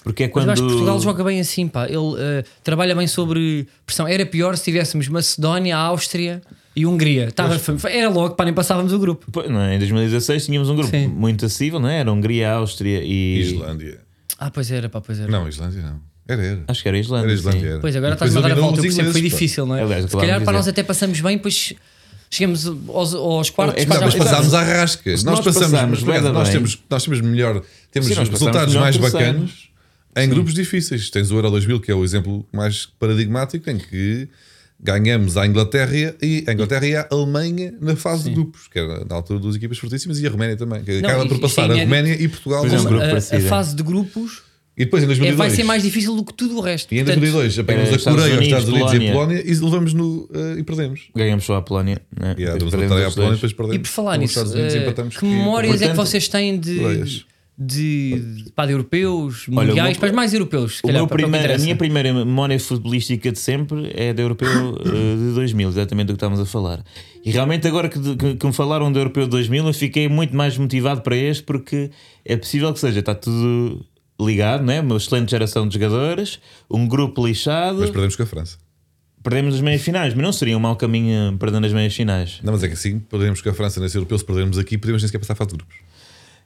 Porque é
Mas
quando...
eu acho que Portugal joga bem assim, pá. Ele eh, trabalha bem sobre pressão. Era pior se tivéssemos Macedónia, Áustria e Hungria. Tava, era logo, pá, nem passávamos o grupo.
Pô, não, em 2016 tínhamos um grupo
Sim.
muito acessível, não é? Era Hungria, Áustria e...
Islândia.
Ah, pois era, pá, pois era.
Não, Islândia não. Era, era.
Acho que era a Islândia.
Era
sim.
Islândia. Era.
Pois agora
E
estás a
depois
dar a
eliminou
volta,
os
porque sempre foi
ingleses, pá.
difícil, não é?
Aliás,
Se
claro,
calhar para
dizer.
nós até passamos bem, depois chegamos aos, aos quartos.
É que
pá,
Não, mas
já-
passámos à rasca. Nós,
nós
passamos,
passamos,
por acaso,
vai dar
nós,
bem.
temos, nós temos melhor, temos
Sim, nós passamos
resultados
melhor,
mais
passamos.
bacanos em grupos difíceis. Tens o Euro 2000, que é o exemplo mais paradigmático, em que ganhamos à Inglaterra e a Inglaterra e a Alemanha na fase de grupos, que era na altura duas equipas fortíssimas, e a Roménia também, que
Não,
acaba
e-
por
isto é
passar a
inédito.
Roménia e Portugal.
Pois é, um
como-
grupo
a- a,
parecido.
fase de grupos
E depois em
é,
2002.
vai ser mais é, difícil do que tudo o resto.
E em
Portanto,
2002 apanhamos
eh,
a
Estados
Coreia, os
Unidos,
Estados Unidos e a
Polónia.
Polónia e levamos no eh, e perdemos.
Ganhamos só a Polónia. Né?
Yeah,
Depois
damos a vitória à
perdemos os
Polónia
dois.
depois perdemos.
E por falar
com os
nisso,
Estados Unidos
eh,
empatamos
que
e-
memórias é que
Portanto,
vocês têm de,
Leias.
de, de, pá, de europeus,
o meu
mundiais,
pr-
mas mais europeus? se
O
calhar,
meu
para- para o que
primeiro, a
interessa.
minha primeira memória futebolística de sempre é do Europeu eh, de 2000, exatamente do que estávamos a falar. E realmente, agora que, que, que me falaram do Europeu de 2000, eu fiquei muito mais motivado para este, porque é possível que seja, está tudo ligado, né? uma excelente geração de jogadores, um grupo lixado,
Mas perdemos com a França.
perdemos as meias finais, mas não seria um mau caminho eh, perdendo as meias finais.
Não, mas é que assim, perdemos com a França nesse europeu, se perdermos aqui, podemos nem sequer passar a fase de grupos.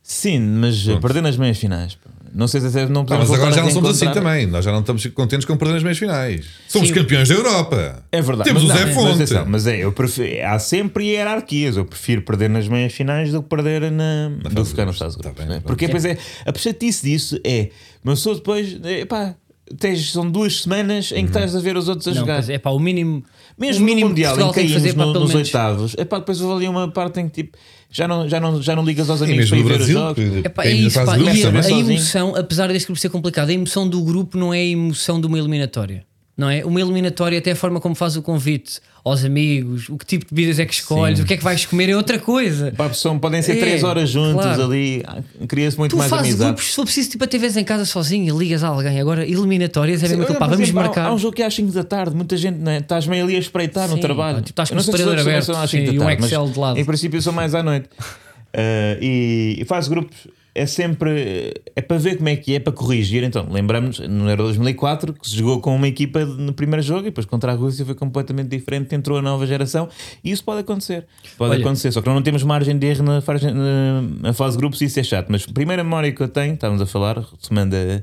Sim, mas eh, perdendo as meias finais, pá. não sei se até não
Ah,
podemos
mas agora
voltar a
já não somos assim
reencontrar-
também. Nós já não estamos contentes com perder nas meias finais. Somos
Sim.
campeões da Europa.
É verdade.
Temos
mas
o Zé
não, Mas,
Fonte.
atenção, mas é, eu prefiro, há sempre hierarquias. Eu prefiro perder nas meias finais do que perder na, do que ficar na
grupos.
fase de
Tá bem,
grupos. né?
pronto.
Porque pois é, a pechatice disso é, mas sou depois, é, pá, tens, são duas semanas
Uhum.
em que estás a ver os outros a
Não,
jogar.
pois é pá, o mínimo.
Mesmo
o mínimo
no Mundial
que
em
Portugal
que
tem que
caímos
fazer
no-
para pelo
nos
menos.
oitavos, é pá, depois houve ali uma parte em que tipo, já não, já não, já não ligas aos
E
amigos
mesmo
para ir
no
ver os
Brasil,
jogos.
que
É pá, é
caímos na
isso,
fase
pá.
de grupos
E a,
também.
a
sozinho.
emoção, apesar deste grupo ser complicado, a emoção do grupo não é a emoção de uma eliminatória. Não é? Uma eliminatória, até a forma como faz o convite aos amigos, o que tipo de bebidas é que escolhes, o que é que vais comer é outra coisa.
Pá, são, podem ser
É,
três horas juntos
claro.
ali, ah, cria-se muito
Tu
mais
fazes
amizade.
grupos, se for preciso, tipo, até vez em casa sozinho e ligas a alguém. Agora, eliminatórias é mesmo
Olha,
aquilo, pá,
por
vamos
exemplo, há-
marcar.
Há um jogo que é às 5 da tarde, muita gente, né? Estás meio ali a espreitar no
Sim,
trabalho.
pá, tipo, estás
Eu
com
não
o
sei se
separador
todos
aberto,
são às cinco
sim,
da
e um
tarde, mas
Excel de lado.
Em princípio são mais à noite. Ah, e, e faz grupos. É sempre. É para ver como é que é, para corrigir. Então, lembramos, no Euro 2004, que se jogou com uma equipa de- no primeiro jogo e depois contra a Rússia foi completamente diferente. Entrou a nova geração e isso pode acontecer. Pode
Olha.
acontecer. Só que nós não temos margem de erro na, fase- na- na fase de grupos e isso é chato. Mas a primeira memória que eu tenho, estávamos a falar, retomando a, é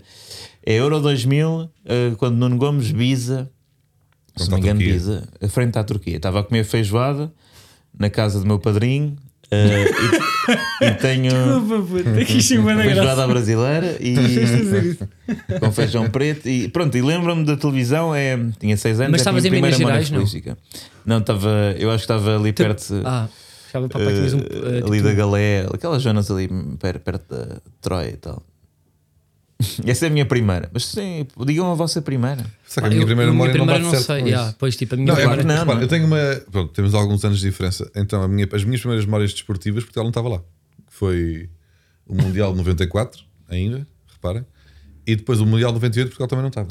Euro 2000, ah, quando Nuno Gomes visa se
Frente
não
à
me engano,
Turquia.
Pisa, a frente à Turquia. Estava a comer feijoada na casa do meu padrinho eh, e, e tenho
é
feijoada à brasileira e com feijão preto. E pronto, e lembro-me da televisão, é, tinha seis anos,
Mas
é a minha
estavas em
primeira
Minas
memória
Gerais, não?
futbolística. Não, estava, eu acho que estava ali perto.
Ah, já vou para
eh,
aqui mais um. eh,
ali
tipo,
da Galé, aquelas zonas ali per- perto da Troia e tal. Essa é a minha primeira, mas sim, digam a vossa primeira.
pá,
Será que a minha
eu-
primeira
a minha
memória não
primeira
bate
não,
certo
sei.
com isso?
ah, pois, tipo, a minha
Não, é
primeira-
porque,
Não,
repara,
não.
eu tenho uma. Pronto, temos alguns anos de diferença. Então, a minha, as minhas primeiras memórias desportivas, porque ela não estava lá. Foi o Mundial de 94, ainda, reparem. E depois o Mundial de 98, porque ela também não estava.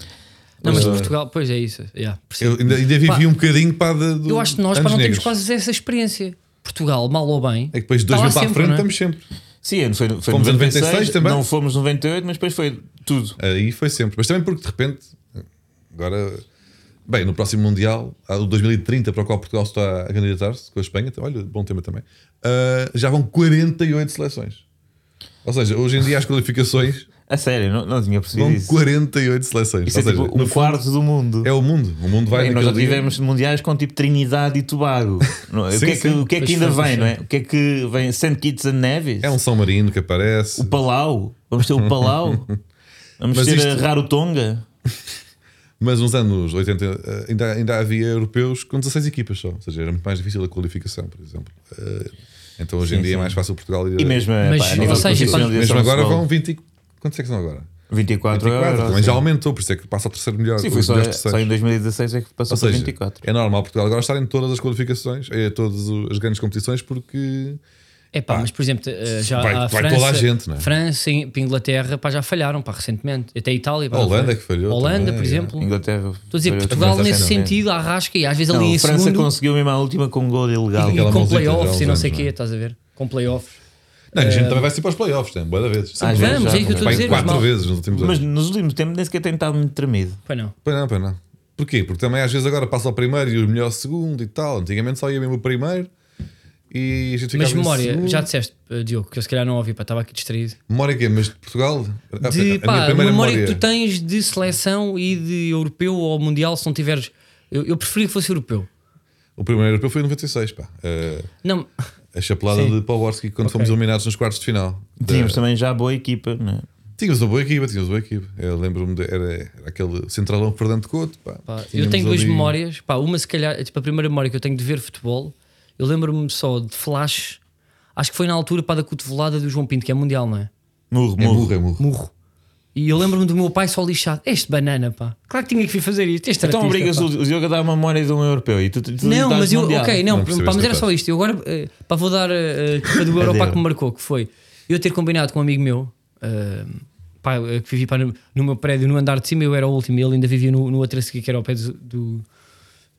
Não, mas Portugal, pois é isso. yeah, percebo.
Eu ainda, ainda vivi
Pá,
um bocadinho para do.
Eu acho que nós
anos
pá, não temos
negros.
quase essa experiência. Portugal, mal ou bem.
É que depois de
está lá
2000 para a
sempre,
frente
não é?
estamos sempre.
Sim, foi, foi
Fomos em
96,
96 também.
Não fomos 98, mas depois foi tudo.
Aí foi sempre. Mas também porque de repente, agora, bem, no próximo Mundial, há o 2030 para o qual Portugal está a candidatar-se com a Espanha, então, olha, bom tema também, ah, já vão 48 seleções. Ou seja, hoje em dia as qualificações
A sério, não, não tinha percebido
vão
isso.
48 seleções.
Isso é
Ou seja,
tipo
no
um
fundo,
quarto do mundo.
é o mundo. O mundo vai
Bem, nós já
naquele dia.
tivemos mundiais com tipo Trinidade e Tobago. Não é? o
Sim,
que é que,
sim.
o que, é que
Pois
ainda
foi, pois
vem, não é? O que é que vem? St. Kitts and Nevis?
É um São Marino que aparece.
O Palau? Vamos ter o Palau? Vamos
Mas
ter
isto-
a Rarotonga?
Mas nos anos 80 eh, ainda, ainda havia europeus com 16 equipas só. Ou seja, era muito mais difícil a qualificação, por exemplo. Eh, Então hoje em
Sim,
dia
sim.
é mais fácil Portugal ir
E
a-
mesmo a-
Mas,
pá, a nível
ou
de
seja,
profissionalização
Mesmo
do
agora
futebol,
vão 20. e- Quantos é que são agora? 24.
24 euros.
Também já aumentou, por isso é que passa a terceiro melhor.
Sim,
os
foi só,
melhores terceiros.
só em 2016 é que passou
Ou
para
seja,
24.
é normal Portugal agora estar em todas as qualificações, em todas o- as grandes competições, porque
É pá,
Pá,
mas por exemplo, eh, já
vai-
a
vai
França,
toda a gente, não é?
França e para a Inglaterra pá, já falharam pá, recentemente. Até a Itália. Pá,
A Holanda
foi.
que falhou
Holanda,
também,
por
é.
exemplo.
Inglaterra.
Estou a dizer, Portugal nesse sentido arrasca e às vezes
Não,
ali em
a França
segundo
conseguiu mesmo a última com um gol ilegal.
e- e,
Aquela
com
mãozita
playoffs
já
e não
usamos,
sei o
não é?
quê, estás a ver? Com playoffs.
Não, a gente também vai ser para os playoffs, tem, boa da vez. Sempre
Às
vai.
vezes
Vamos,
Eh, Ah, já,
é isso que eu estou a
Vai
dizer. mas
quatro
mal-
vezes nos últimos
Mas
anos.
nos últimos tempos nem sequer tem estado muito tremido.
Pois não.
Pois não, pois não. Porquê? Porque também às vezes agora passa o primeiro e o melhor segundo e tal. Antigamente só ia mesmo o primeiro e a gente ficava
Mas
em
memória,
segundo.
já disseste, eh, Diogo, que eu se calhar não ouvi, pá, estava aqui distraído.
Memória quê? Mas de Portugal? A- a- a
de
minha
pá, a
primeira é-
memória, que tu tens de seleção e de europeu ou mundial, se não tiveres. Eu, eu preferia que fosse europeu.
O primeiro europeu foi em 96, pá. Eh,
Não,
a chapelada de Pawlowski quando fomos eliminados nos quartos de final. Da-
Tínhamos também já boa equipa, não é?
Tínhamos uma boa equipa, tínhamos uma boa equipa. Eu lembro-me, de- era, era aquele centralão Fernando Couto. Pá.
pá, eu
Tínhamos
tenho duas
ali-
memórias. Pá, uma, se calhar, é tipo a primeira memória que eu tenho de ver futebol, eu lembro-me só de flash. Acho que foi na altura pá, da cotovelada do João Pinto, que é mundial, não é?
Murro,
É
murro.
murro, é murro.
Murro. E eu lembro-me do meu pai só lixado. Este banana, pá. Claro que tinha que vir fazer isto. Este
Então
artista,
obrigas
pá.
o o Diogo a dar uma memória de um europeu e tu, tu, tu
Não,
dás
mas eu,
mundial.
ok, não,
Não
pá,
percebi
mas
esta
era só
parte.
isto. Eu agora, eh, pá, vou dar eh, a culpa do Euro pá, que me marcou, que foi eu ter combinado com um amigo meu, eh, pá, eh, que vivia pá, no, no meu prédio, no andar de cima, eu era o último, e ele ainda vivia no, no outro a seguir, que era ao pé do. do-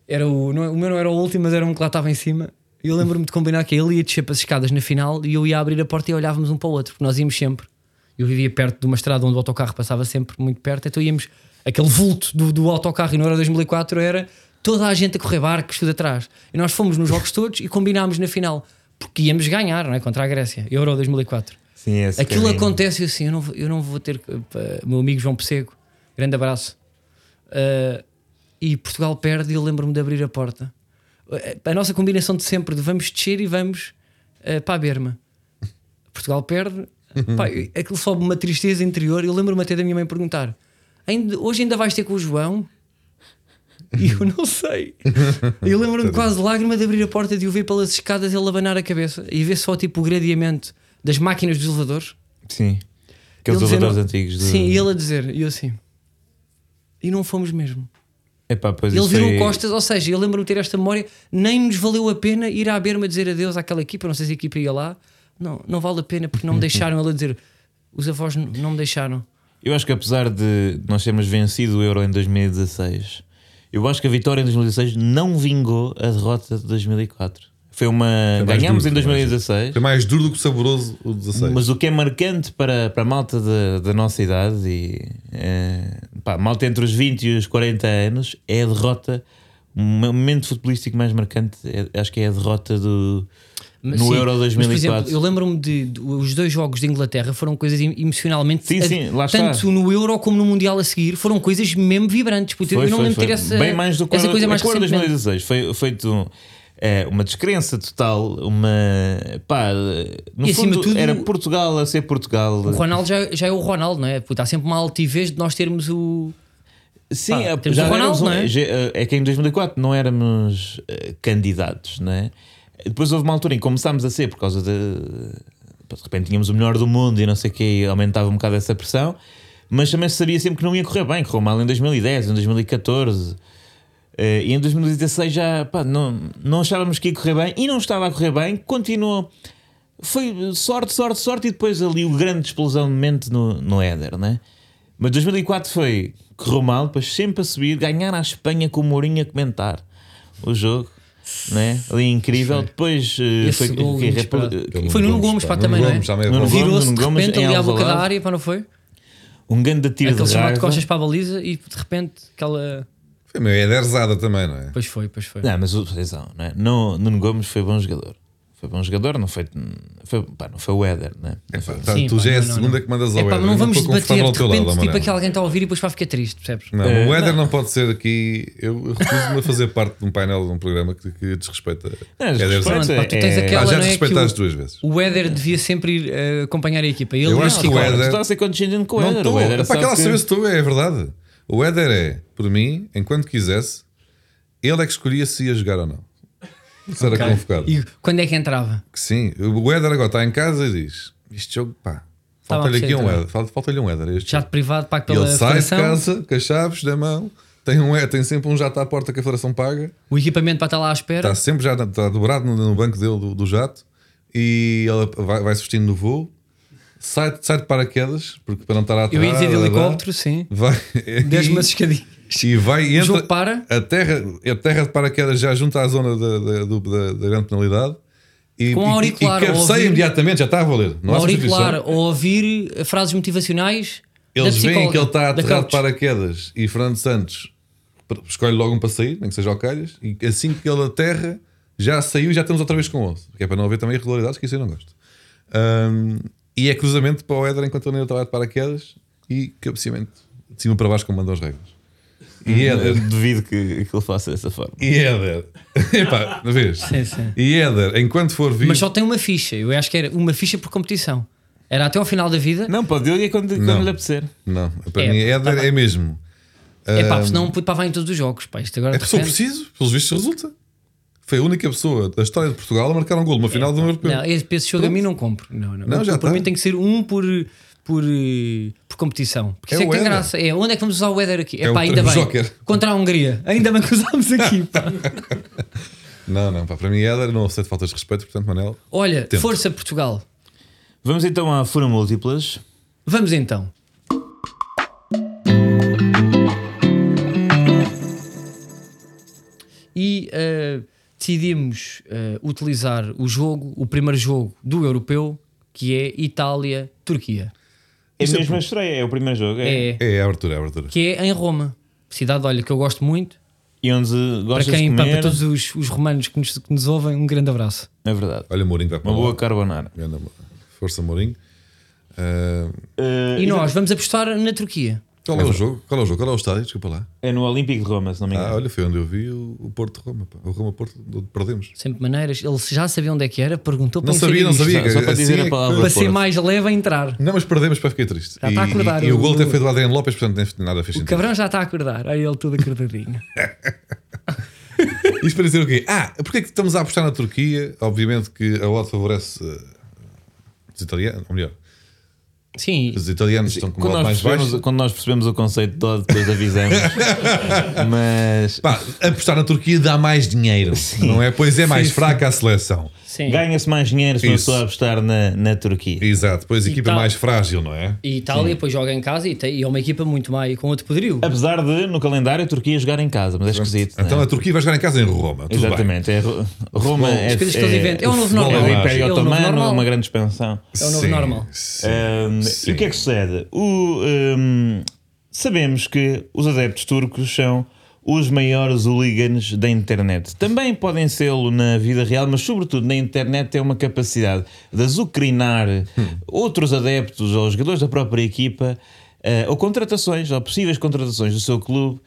era o, não é- o meu não era o último, mas era um que lá estava em cima. E eu lembro-me de combinar que ele ia descer para as escadas na final e eu ia abrir a porta e olhávamos um para o outro, porque nós íamos sempre. Eu vivia perto de uma estrada onde o autocarro passava sempre muito perto, então íamos. Aquele vulto do, do autocarro e no Euro 2004 era toda a gente a correr barcos tudo atrás. E nós fomos nos jogos todos e combinámos na final, porque íamos ganhar, não é? Contra a Grécia, Euro 2004.
Sim, é esse
Aquilo
caminho.
acontece e eu assim, eu não, vou- eu não vou ter. eh, pá, Meu amigo João Pessego, grande abraço. Ah, e Portugal perde e eu lembro-me de abrir a porta. Eh, A nossa combinação de sempre de vamos descer e vamos eh, para a berma. Portugal perde, pá, eu- aquilo sobe uma tristeza interior. Eu lembro-me até da minha mãe perguntar: "Ainda- hoje ainda vais ter com o João? E eu não sei. Eu lembro-me quase de lágrima de abrir a porta de o ver pelas escadas ele abanar a cabeça e ver só tipo o gradiamento das máquinas dos elevadores.
Sim. Aqueles
Ele dizer,
jogadores
não-
é antigos. Do...
Sim, e ele a dizer, e eu assim. E não fomos mesmo.
Epá, pois
Ele
isso
virou
foi-
costas, ou seja, eu lembro-me de ter esta memória, nem nos valeu a pena ir à berma dizer adeus àquela equipa, não sei se a equipa ia lá. Não, não vale a pena porque não me deixaram ele a dizer. Os avós n- não me deixaram.
Eu acho que apesar de nós termos vencido o Euro em 2016, eu acho que a vitória em 2016 não vingou a derrota de 2004. Foi uma.
É mais
Ganhámos
duro,
em
foi mais
2016,
Foi mais duro do que saboroso o 16.
mas o que é marcante para, para a malta da, da nossa idade e eh, pá, a malta entre os 20 e os 40 anos é a derrota. O momento futebolístico mais marcante é- acho que é a derrota do,
Mas
no
sim,
Euro
mas,
2004.
por exemplo, eu lembro-me de, de- os dois jogos de Inglaterra foram coisas em- emocionalmente
Sim,
a-
sim, lá
tanto
está.
no Euro como no Mundial a seguir, foram coisas mesmo vibrantes. Puto, eu
Foi,
não
foi,
lembro de ter
foi.
essa,
Bem mais do que
essa
o-
coisa mais
o Euro
recentemente.
2016. Foi, foi tu, eh, uma descrença total, uma. Pá, no
E, acima
fundo,
de tudo,
era Portugal a ser Portugal.
O Ronaldo já, já é o Ronaldo, não é? Puto, há sempre uma altivez de nós termos o.
Sim,
Pá,
eh,
temos
já
o Ronaldo,
éramos um-
não é?
já, eh, é que em 2004 não éramos eh, candidatos, não é? Depois houve uma altura em que começámos a ser por causa de. De repente tínhamos o melhor do mundo e não sei o que, aumentava um bocado essa pressão, mas também se sabia sempre que não ia correr bem. Correu mal em 2010, em 2014. Eh, e em 2016 já pá, não, não achávamos que ia correr bem e não estava a correr bem, continuou. Foi sorte, sorte, sorte e depois ali o grande explosão de mente no, no Éder, né? Mas 2004 foi correu mal, depois sempre a subir, ganhar à Espanha com o Mourinho a comentar o jogo, né? Ali incrível. Depois eh,
Esse
foi
gol
que-
inesperado.
que-
Pelo
Foi Nuno Gomes, pá, também, não é?
Gomes, já meia
Nuno
volta.
Gomes.
Virou-se de
Nuno Gomes
repente
em
ali à boca da
Alvalade.
área, pá, não foi?
um grande tiro
Aquele
de
chamado de
raiva.
costas para a baliza e de repente aquela.
Foi meio ederzada também, não é?
Pois foi, pois foi.
Não, mas o- atenção, não é? Não- Nuno Gomes foi bom jogador. Foi bom jogador, não foi, foi, pá, não foi o Éder, né? Não
Pá,
foi-
tá,
Sim,
tu
pá,
já é
não,
a
não,
segunda
não.
que mandas ao
É pá,
Éder.
mas não
Eu
vamos
estou
debater
confortável ao
de
teu
repente,
lado,
tipo
Amarelo.
aqui alguém está a ouvir e depois vai ficar triste, percebes?
Não,
Eh,
o Éder não. pode ser aqui. Eu recuso-me a fazer parte de um painel de um programa que, que desrespeita.
Não, desrespeita.
Éder Zé.
Pronto, pá, tu
É-
tens
é-
Ah,
aquela.
já
não é, que
desrespeitaste
o,
duas vezes.
o Éder devia sempre ir eh, acompanhar a equipa. Ele
Eu
não,
acho que o
tipo,
Éder-
Tu estás a ser condescendente com o
Não
Éder.
estou.
o Éder
É para
sabe
aquela
que-
saber se tu é verdade. O Éder é, por mim, enquanto quisesse, ele é que escolhia se ia jogar ou não. Se era convocado.
E quando é que entrava?
Que sim, o Éder agora está em casa e diz: Este jogo, pá,
Estava a
falta-lhe aqui
perceber
um
também.
Éder. Falta- Falta-lhe um Éder. a este
tá Já
jogo."
de privado, pago
E
pela
ele sai de
federação.
casa com as chaves na mão, tem, um, é- tem sempre um jato à porta que a federação paga,
O equipamento para estar lá à espera.
está sempre já está dobrado no, no banco dele do, do jato, e ela vai, vai se vestindo no voo, sai, sai de paraquedas, porque para não estar a
Eu
aterrar,
ia dizer de
blá, blá, blá,
helicóptero, sim.
Vai,
Desde umas
e,
escadinhas.
e vai e
O jogo
entra,
para.
a terra, a terra de paraquedas já junto à zona da, da, do- da- da grande penalidade e,
Com
e-
auricular,
e, cabeceia
ouvir-
imediatamente, já está a valer. Não
Ou
há
auricular,
substituição.
ou ouvir eh, frases motivacionais. da
Eles veem
psicóloga,
que ele está a
da
aterrar de
coach.
paraquedas e Fernando Santos pr- escolhe logo um para sair, nem que seja ao calhas, e assim que ele aterra já saiu e já temos outra vez com 11, que é para não haver também irregularidades, que isso eu não gosto. Ahm, e é cruzamento para o Éder enquanto ele ainda estava de paraquedas e cabeceamento de cima para baixo, como mandam as regras.
Hum.
E Éder
Duvido que, que ele faça dessa forma.
E Éder. Epá, não vês?
Sim, sim.
E Éder, enquanto for vivo.
Mas só tem uma ficha. Eu acho que era uma ficha por competição. Era até ao final da vida.
Não, pode eu ir quando, quando
Não.
lhe apetecer.
Não, para
É,
mim Éder
tá
é mesmo.
É pá,
Ahm,
senão puto, pá, vai em todos os jogos. Pá, isto agora
É
de
pessoa
repente-
preciso, pelos vistos resulta. Foi a única pessoa da história de Portugal a marcar um gol, uma final de um europeu.
Não, esse, esse jogo a mim não compro. Não, não.
Não, já
para
tá.
mim tem que ser um por, por, eh, por competição. Porque
É
isso é
o
que tem
Éder.
graça. É, onde é que vamos usar o Éder aqui? É,
É
pá,
o
ainda bem.
Joker.
Contra a Hungria. Ainda bem que usámos aqui. pá.
Não, não, pá, para mim Éder não aceito faltas de respeito, portanto, Manel.
Olha,
Tento.
força Portugal.
Vamos então à Fura Múltiplas.
Vamos então. E eh, decidimos eh, utilizar o jogo, o primeiro jogo do europeu, que é Itália-Turquia.
É a mesma estreia, é o primeiro jogo.
É.
É.
É a abertura, é a abertura.
que é em Roma. Cidade, olha, que eu gosto muito.
E onde
Para
gostas
quem,
de
pá,
comer.
para todos os, os romanos que nos, que nos ouvem, um grande abraço.
É verdade.
Olha, Mourinho vai para
Uma boa
lá.
carbonara.
Grande amor. Força, Mourinho. Ah,
E nós vamos apostar na Turquia.
qual é o jogo? Qual é o jogo? Qual é o estádio? Desculpa lá.
É no Olímpico de Roma, se não me engano.
Ah, olha, foi onde eu vi o o Porto de Roma. pá. O Roma-Porto, onde perdemos.
Sempre maneiras. Ele já sabia onde é que era, perguntou
Não
para
sabia, não
inserir isto.
sabia.
Só- só para
Assim
dizer a
é que-
palavra.
Para ser
Porto.
mais leve a entrar.
Não, mas perdemos para ficar triste.
Já está a
E-
acordar
E, e o
o-
gol até foi do Adriano Lopes, portanto, nem- nada fez
O
sentido.
cabrão já está a acordar. Olha ele todo acordadinho.
Isto para dizer o quê? Ah, porque é que estamos a apostar na Turquia? Obviamente que a odd favorece eh, os italianos, ou melhor,
Sim,
os italianos estão Ah, com uma
Quando
odd
nós,
mais
percebemos,
baixa.
quando nós percebemos o conceito de dó, depois avisamos. Mas
Pá, apostar na Turquia dá mais dinheiro, não é? Pois é mais fraca a seleção.
sim.
ganha-se mais dinheiro se uma
Isso.
pessoa apostar na, na Turquia.
Exato, pois a equipa
tá-
é mais frágil, não é?
E Itália depois joga em casa e, tem- e é uma equipa muito má e com outro poderio.
Apesar de, no calendário, a Turquia jogar em casa, mas é esquisito. não é?
Então a Turquia vai jogar em casa em Roma. Tudo bem.
Exatamente. É, Ro- Roma é,
coisas que eles inventam. É o novo
futebol,
normal.
É o
É
Império
o novo
Otomano,
normal.
uma grande expansão.
É o novo
Sim,
normal.
sim.
Ahm,
Sim.
e o que é que sucede? O, ahm, sabemos que os adeptos turcos são os maiores hooligans da internet. Também podem sê-lo na vida real, mas sobretudo na internet tem uma capacidade de azucrinar
Hum.
outros adeptos ou jogadores da própria equipa ah, ou contratações, ou possíveis contratações do seu clube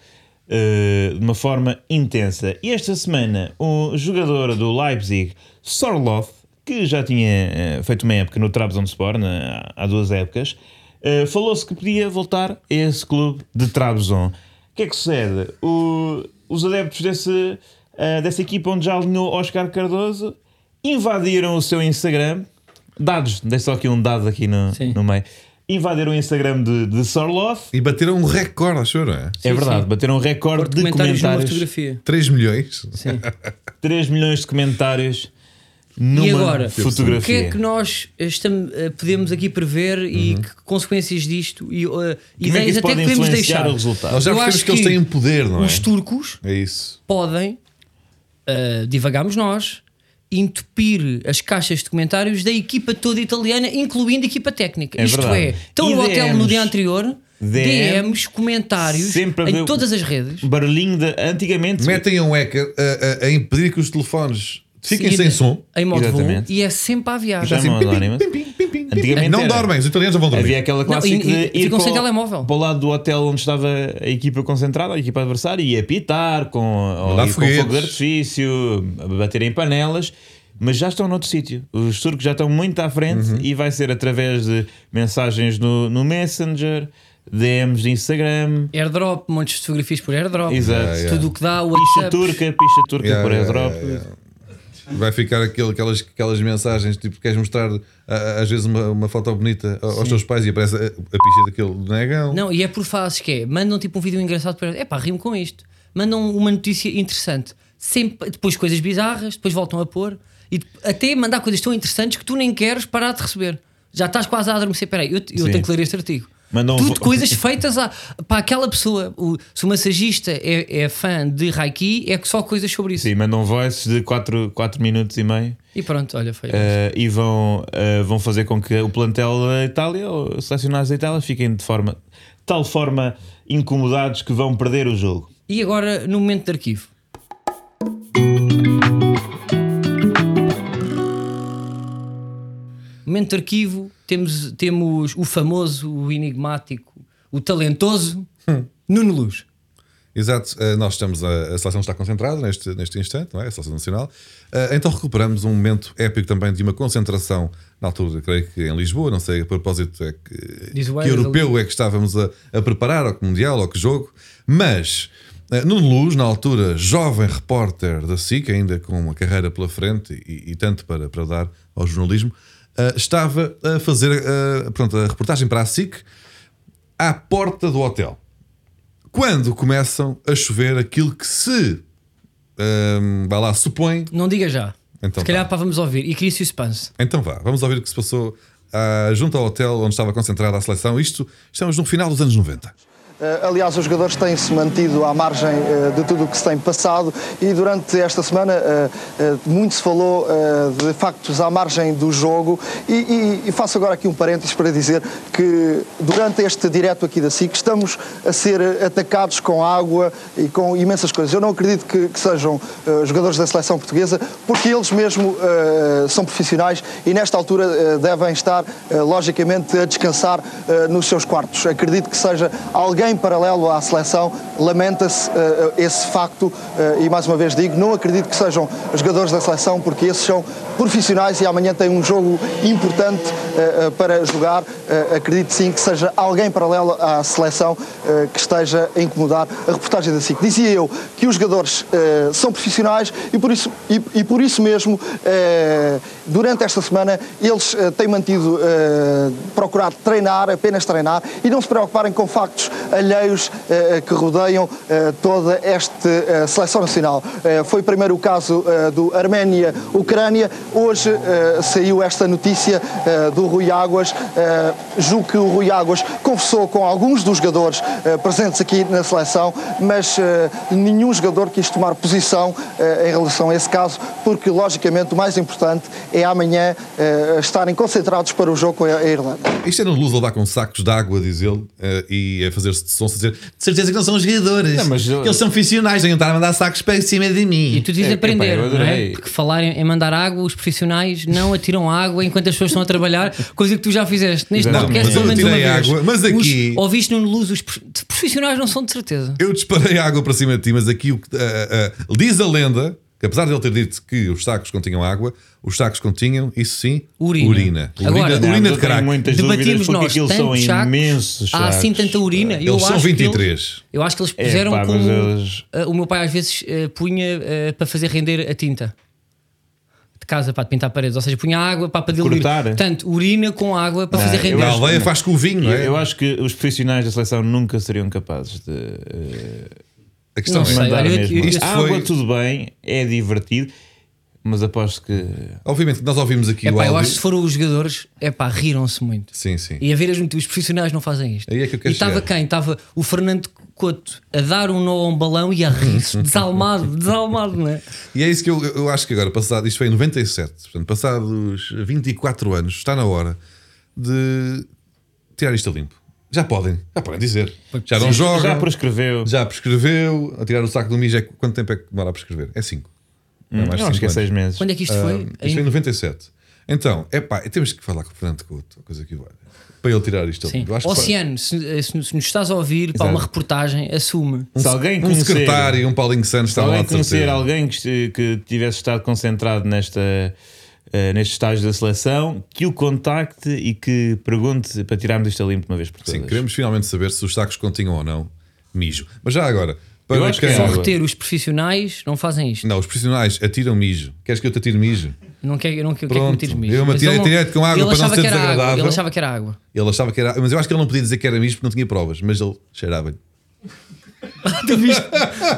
ah, de uma forma intensa. E esta semana, o jogador do Leipzig, Sorloth, que já tinha eh, feito uma época no Trabzonspor, na, há duas épocas, eh, falou-se que podia voltar a esse clube de Trabzon. O que é que sucede? O- os adeptos desse, eh, dessa equipa onde já alinhou Oscar Cardoso invadiram o seu Instagram. Dados, dei só aqui um dado aqui no,
Sim.
no meio. Invadiram o Instagram de, de Sorloth.
E bateram um recorde, acho eu, não é?
é verdade,
sim.
bateram um recorde de
Comentários numa
comentários.
fotografia.
3 milhões.
Sim.
3 milhões de comentários numa
E agora?
fotografia.
O que é que nós estamos, eh, podemos aqui prever e que consequências disto e eh,
Como é que
ideias
isso
até
pode
que podemos
influenciar
deixar?
o resultado?
Nós já
Eu
percebemos
acho
que eles
que um
têm poder, não é?
Os turcos
É isso.
podem, eh, divagamos nós, entupir as caixas de comentários da equipa toda italiana, incluindo a equipa técnica.
É
Isto
verdade.
é, estão
E
no hotel no
DMs,
dia anterior,
DM,
DMs, comentários
sempre a ver-
em todas as redes.
Barulhinho de antigamente.
Metem um hacker a, a- a impedir que os telefones fiquem sem
Seguida
som.
Em modo voo,
Exatamente.
e é sempre à viagem.
Já
Assim,
não
pim, pim,
dormem.
pim, pim, pim, pim, pim.
Antigamente
não
era.
dormem, os italianos não vão dormir.
Havia aquela clássica
e- e
de ir
ficam
para,
sem
o-
telemóvel.
para o lado do hotel onde estava a equipa concentrada, a equipa adversária, e apitar com, ou
Mandar
ir com
foguetes.
fogo de artifício, bater em panelas, mas já estão noutro sítio. Os turcos já estão muito à frente
Uhum.
e vai ser através de mensagens no, no Messenger, DMs de Instagram,
Airdrop, montes de fotografias por airdrop.
Exato.
Yeah, yeah.
Tudo o que dá, o
picha
WhatsApp.
turca, picha turca
Yeah,
por
yeah,
airdrop.
yeah, Vai ficar aquele- aquelas, aquelas mensagens tipo: queres mostrar a- às vezes uma, uma foto bonita a- aos teus pais e aparece a, a picha daquele negão.
Não, e é por fases que é. Mandam tipo um vídeo engraçado para. É pá, rimo com isto. Mandam uma notícia interessante. Sempre, depois coisas bizarras, depois voltam a pôr. e de- até mandar coisas tão interessantes que tu nem queres parar de receber. Já estás quase a adormecer. Espera aí, eu, eu
Sim.
tenho que ler este artigo.
Mandam um
Tudo
vo-
coisas feitas a, para aquela pessoa. O- se o massagista é, é fã de Reiki, é que só coisas sobre isso.
Sim, mandam voices de 4 minutos e meio
E pronto, olha, foi.
eh, e vão, eh, vão fazer com que o plantel da Itália, ou os selecionados da Itália, fiquem de forma tal forma incomodados que vão perder o jogo.
E agora, no momento de arquivo. Momento de arquivo, temos, temos o famoso, o enigmático, o talentoso
Hum.
Nuno Luz.
Exato, eh, nós estamos, a, a seleção está concentrada neste, neste instante, não é? A seleção nacional. Eh, então recuperamos um momento épico também de uma concentração, na altura, creio que em Lisboa, não sei a propósito é que,
Diz o
que
Eiras
europeu é que estávamos a, a preparar, ou que mundial, ou que jogo, mas eh, Nuno Luz, na altura, jovem repórter da SIC, ainda com uma carreira pela frente e, e tanto para, para dar ao jornalismo, eh, estava a fazer eh, pronto, a reportagem para a SIC à porta do hotel quando começam a chover aquilo que se ahm, vai lá, supõe.
Não diga já.
Então
Se calhar
vá.
para vamos ouvir. E cria-se o suspense.
Então vá, vamos ouvir o que se passou ah, junto ao hotel onde estava concentrada a seleção. Isto estamos no final dos anos 90.
Eh, Aliás, os jogadores têm-se mantido à margem eh, de tudo o que se tem passado e durante esta semana eh, eh, muito se falou eh, de factos à margem do jogo e, e- e faço agora aqui um parênteses para dizer que durante este direto aqui da SIC estamos a ser eh, atacados com água e com imensas coisas. Eu não acredito que, que sejam eh, jogadores da seleção portuguesa porque eles mesmo eh, são profissionais e nesta altura eh, devem estar eh, logicamente a descansar eh, nos seus quartos. Acredito que seja alguém paralelo à seleção, lamenta-se eh, esse facto eh, e mais uma vez digo, não acredito que sejam jogadores da seleção porque esses são profissionais e amanhã têm um jogo importante eh, eh, para jogar. Eh, Acredito sim que seja alguém paralelo à seleção eh, que esteja a incomodar a reportagem da SIC. Dizia eu que os jogadores eh, são profissionais e por isso, e, e por isso mesmo, eh, durante esta semana, eles eh, têm mantido, eh, procurado treinar, apenas treinar, e não se preocuparem com factos alheios eh, que rodeiam eh, toda esta eh, seleção nacional. Eh, Foi primeiro o caso eh, do Arménia-Ucrânia, hoje eh, saiu esta notícia eh, do Rui Águas. Eh, Julgo que o Rui Águas conversou com alguns dos jogadores eh, presentes aqui na seleção, mas eh, nenhum jogador quis tomar posição eh, em relação a esse caso, porque logicamente o mais importante é amanhã eh, estarem concentrados para o jogo com a a Irlanda.
Isto era um luz a levar com sacos de água, diz ele, ah, e a fazer-se de som, a dizer de certeza que não são os jogadores.
Não, mas eu-
Eles são profissionais, têm que estar a mandar sacos para cima de mim.
E tu dizes
É,
aprender,
epá, eu
não é?
adorei.
Porque falar em, em mandar água, os profissionais não atiram água enquanto as pessoas estão a trabalhar, coisa que tu já fizeste neste
Não,
podcast
mas
pelo
eu
menos uma
tirei
vez.
água, mas
Os-
aqui-
ouviste no Luz, os pro- de profissionais não são de certeza.
Eu disparei água para cima de ti, mas aqui o que- ah, ah, diz a lenda que, apesar de ele ter dito que os sacos continham água, os sacos continham, isso sim,
Urina.
urina.
Agora-
urina,
Não,
urina
eu
de
tenho
crack.
muitas dúvidas
Debatimos
porque
nós
aquilo
tanto
são
sacos,
imensos.
há assim
sacos.
tanta urina. Eu
Eles são
acho que eles-
23.
eu acho que eles puseram
pá, mas
como
eles-
ah, o meu pai às vezes ah, punha ah, para fazer render a tinta. De casa para pintar paredes, ou seja, punha água para, para diluir.
Cortar.
Portanto, urina com água para
Não,
fazer
eu
render.
Na
acho-
aldeia faz com o vinho, não
Eu,
é?
eu acho que os profissionais da seleção nunca seriam capazes de eh,
A questão
Não
é,
sei.
mandar
olha,
a
eu-
mesma.
eu-
Isto
água,
foi-
tudo bem, é divertido, mas aposto que.
obviamente, nós ouvimos aqui
Epá,
o áudio.
eu acho que se foram os jogadores, é pá, riram-se muito.
Sim, sim.
E a ver as notícias, os profissionais não fazem isto.
Aí é que eu
e
quero
estava
chegar.
quem? Estava o Fernando Couto a dar um nó a um balão e a rir-se, desalmado, desalmado, não é?
E é isso que eu, eu acho que agora, passado, isto foi em 97, portanto, passados 24 anos, está na hora de tirar isto a limpo. Já podem, já podem dizer. Já não jogam,
Já
já,
prescreveu.
prescreveu, a tirar o saco do mijo, é, quanto tempo é que demora a prescrever? É 5.
Hum, eu acho que é seis meses.
Quando é que isto foi?
Ah, Isto foi em
Em-
97. Então, é pá, temos que falar com o Fernando Couto, coisa que vai, para ele tirar isto a
Sim.
limpo. Eu acho que foi-
Oceano, se, eh, se- se nos estás a ouvir, para
Exato.
uma reportagem, é assume.
Se alguém
um
é conhecer-
secretário, um Paulinho Santos,
Se
estava lá
alguém
de certeza.
conhecer alguém que, este- que tivesse estado concentrado nesta, eh, neste estágio da seleção, que o contacte e que pergunte para tirarmos isto a limpo de uma vez por todas.
Sim, queremos finalmente saber se os sacos continham ou não mijo. Mas já agora,
Eu
para
acho que
quem...
é
Só
Água.
reter os profissionais não fazem isto.
Não, os profissionais atiram mijo. Queres que eu te atire mijo?
Não quer, eu não quero quero que
Pronto.
me tires mijo.
Eu me
Mas
atirei
ele não-
direto com água
ele
para não
achava
ser
que era água,
desagradável.
Ele achava que era água.
Ele achava que era. Mas eu acho que ele não podia dizer que era mijo porque não tinha provas, mas ele cheirava-lhe.
tu, viste,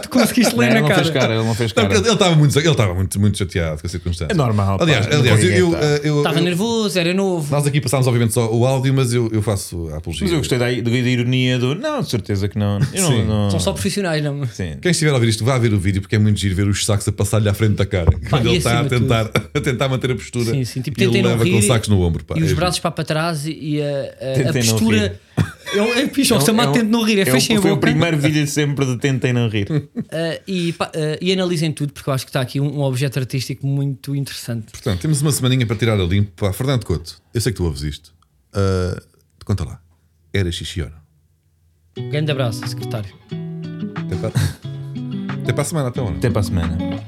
tu conseguiste ler na
Não, ele não
cara.
fez cara, ele não fez
Não,
cara.
porque ele estava muito, ele estava muito, muito chateado com a circunstância.
É normal, pá,
Aliás,
nunca
aliás eu,
ninguém
eu,
tá.
eu-
Estava
eu-
nervoso, era novo.
nós aqui passámos, obviamente, só o áudio, mas eu, eu faço a apologia.
Mas eu gostei da, da ironia do. Não, de certeza que não. Eu
Sim.
não, não-
São só profissionais, não.
Sim.
Quem estiver a ouvir isto, vá ver o vídeo, porque é muito giro ver os sacos a passar-lhe à frente da cara. quando
e
ele está a
acima de
tentar, a tentar manter a postura.
Sim, sim. Tipo,
e ele
tentem não
leva com
rir
os sacos no ombro. Pá,
e
é
os
giro.
braços para para trás e a, a- a
Tentem não
postura. Eu, eu fiz,
É
o
um- é um-
Samar tente não rir, é,
é o-
fechem a
Foi o
boca
primeiro vídeo de sempre de Tentem Não Rir.
ah, e, pá, ah, e analisem tudo, porque eu acho que está aqui um, um objeto artístico muito interessante.
Portanto, temos uma semaninha para tirar a limpo. Pá, Fernando Couto, eu sei que tu ouves isto. Ah, conta lá. Era xixi ou não?
Grande abraço, secretário.
Até para, até para a semana, até ou não?
Até para a semana.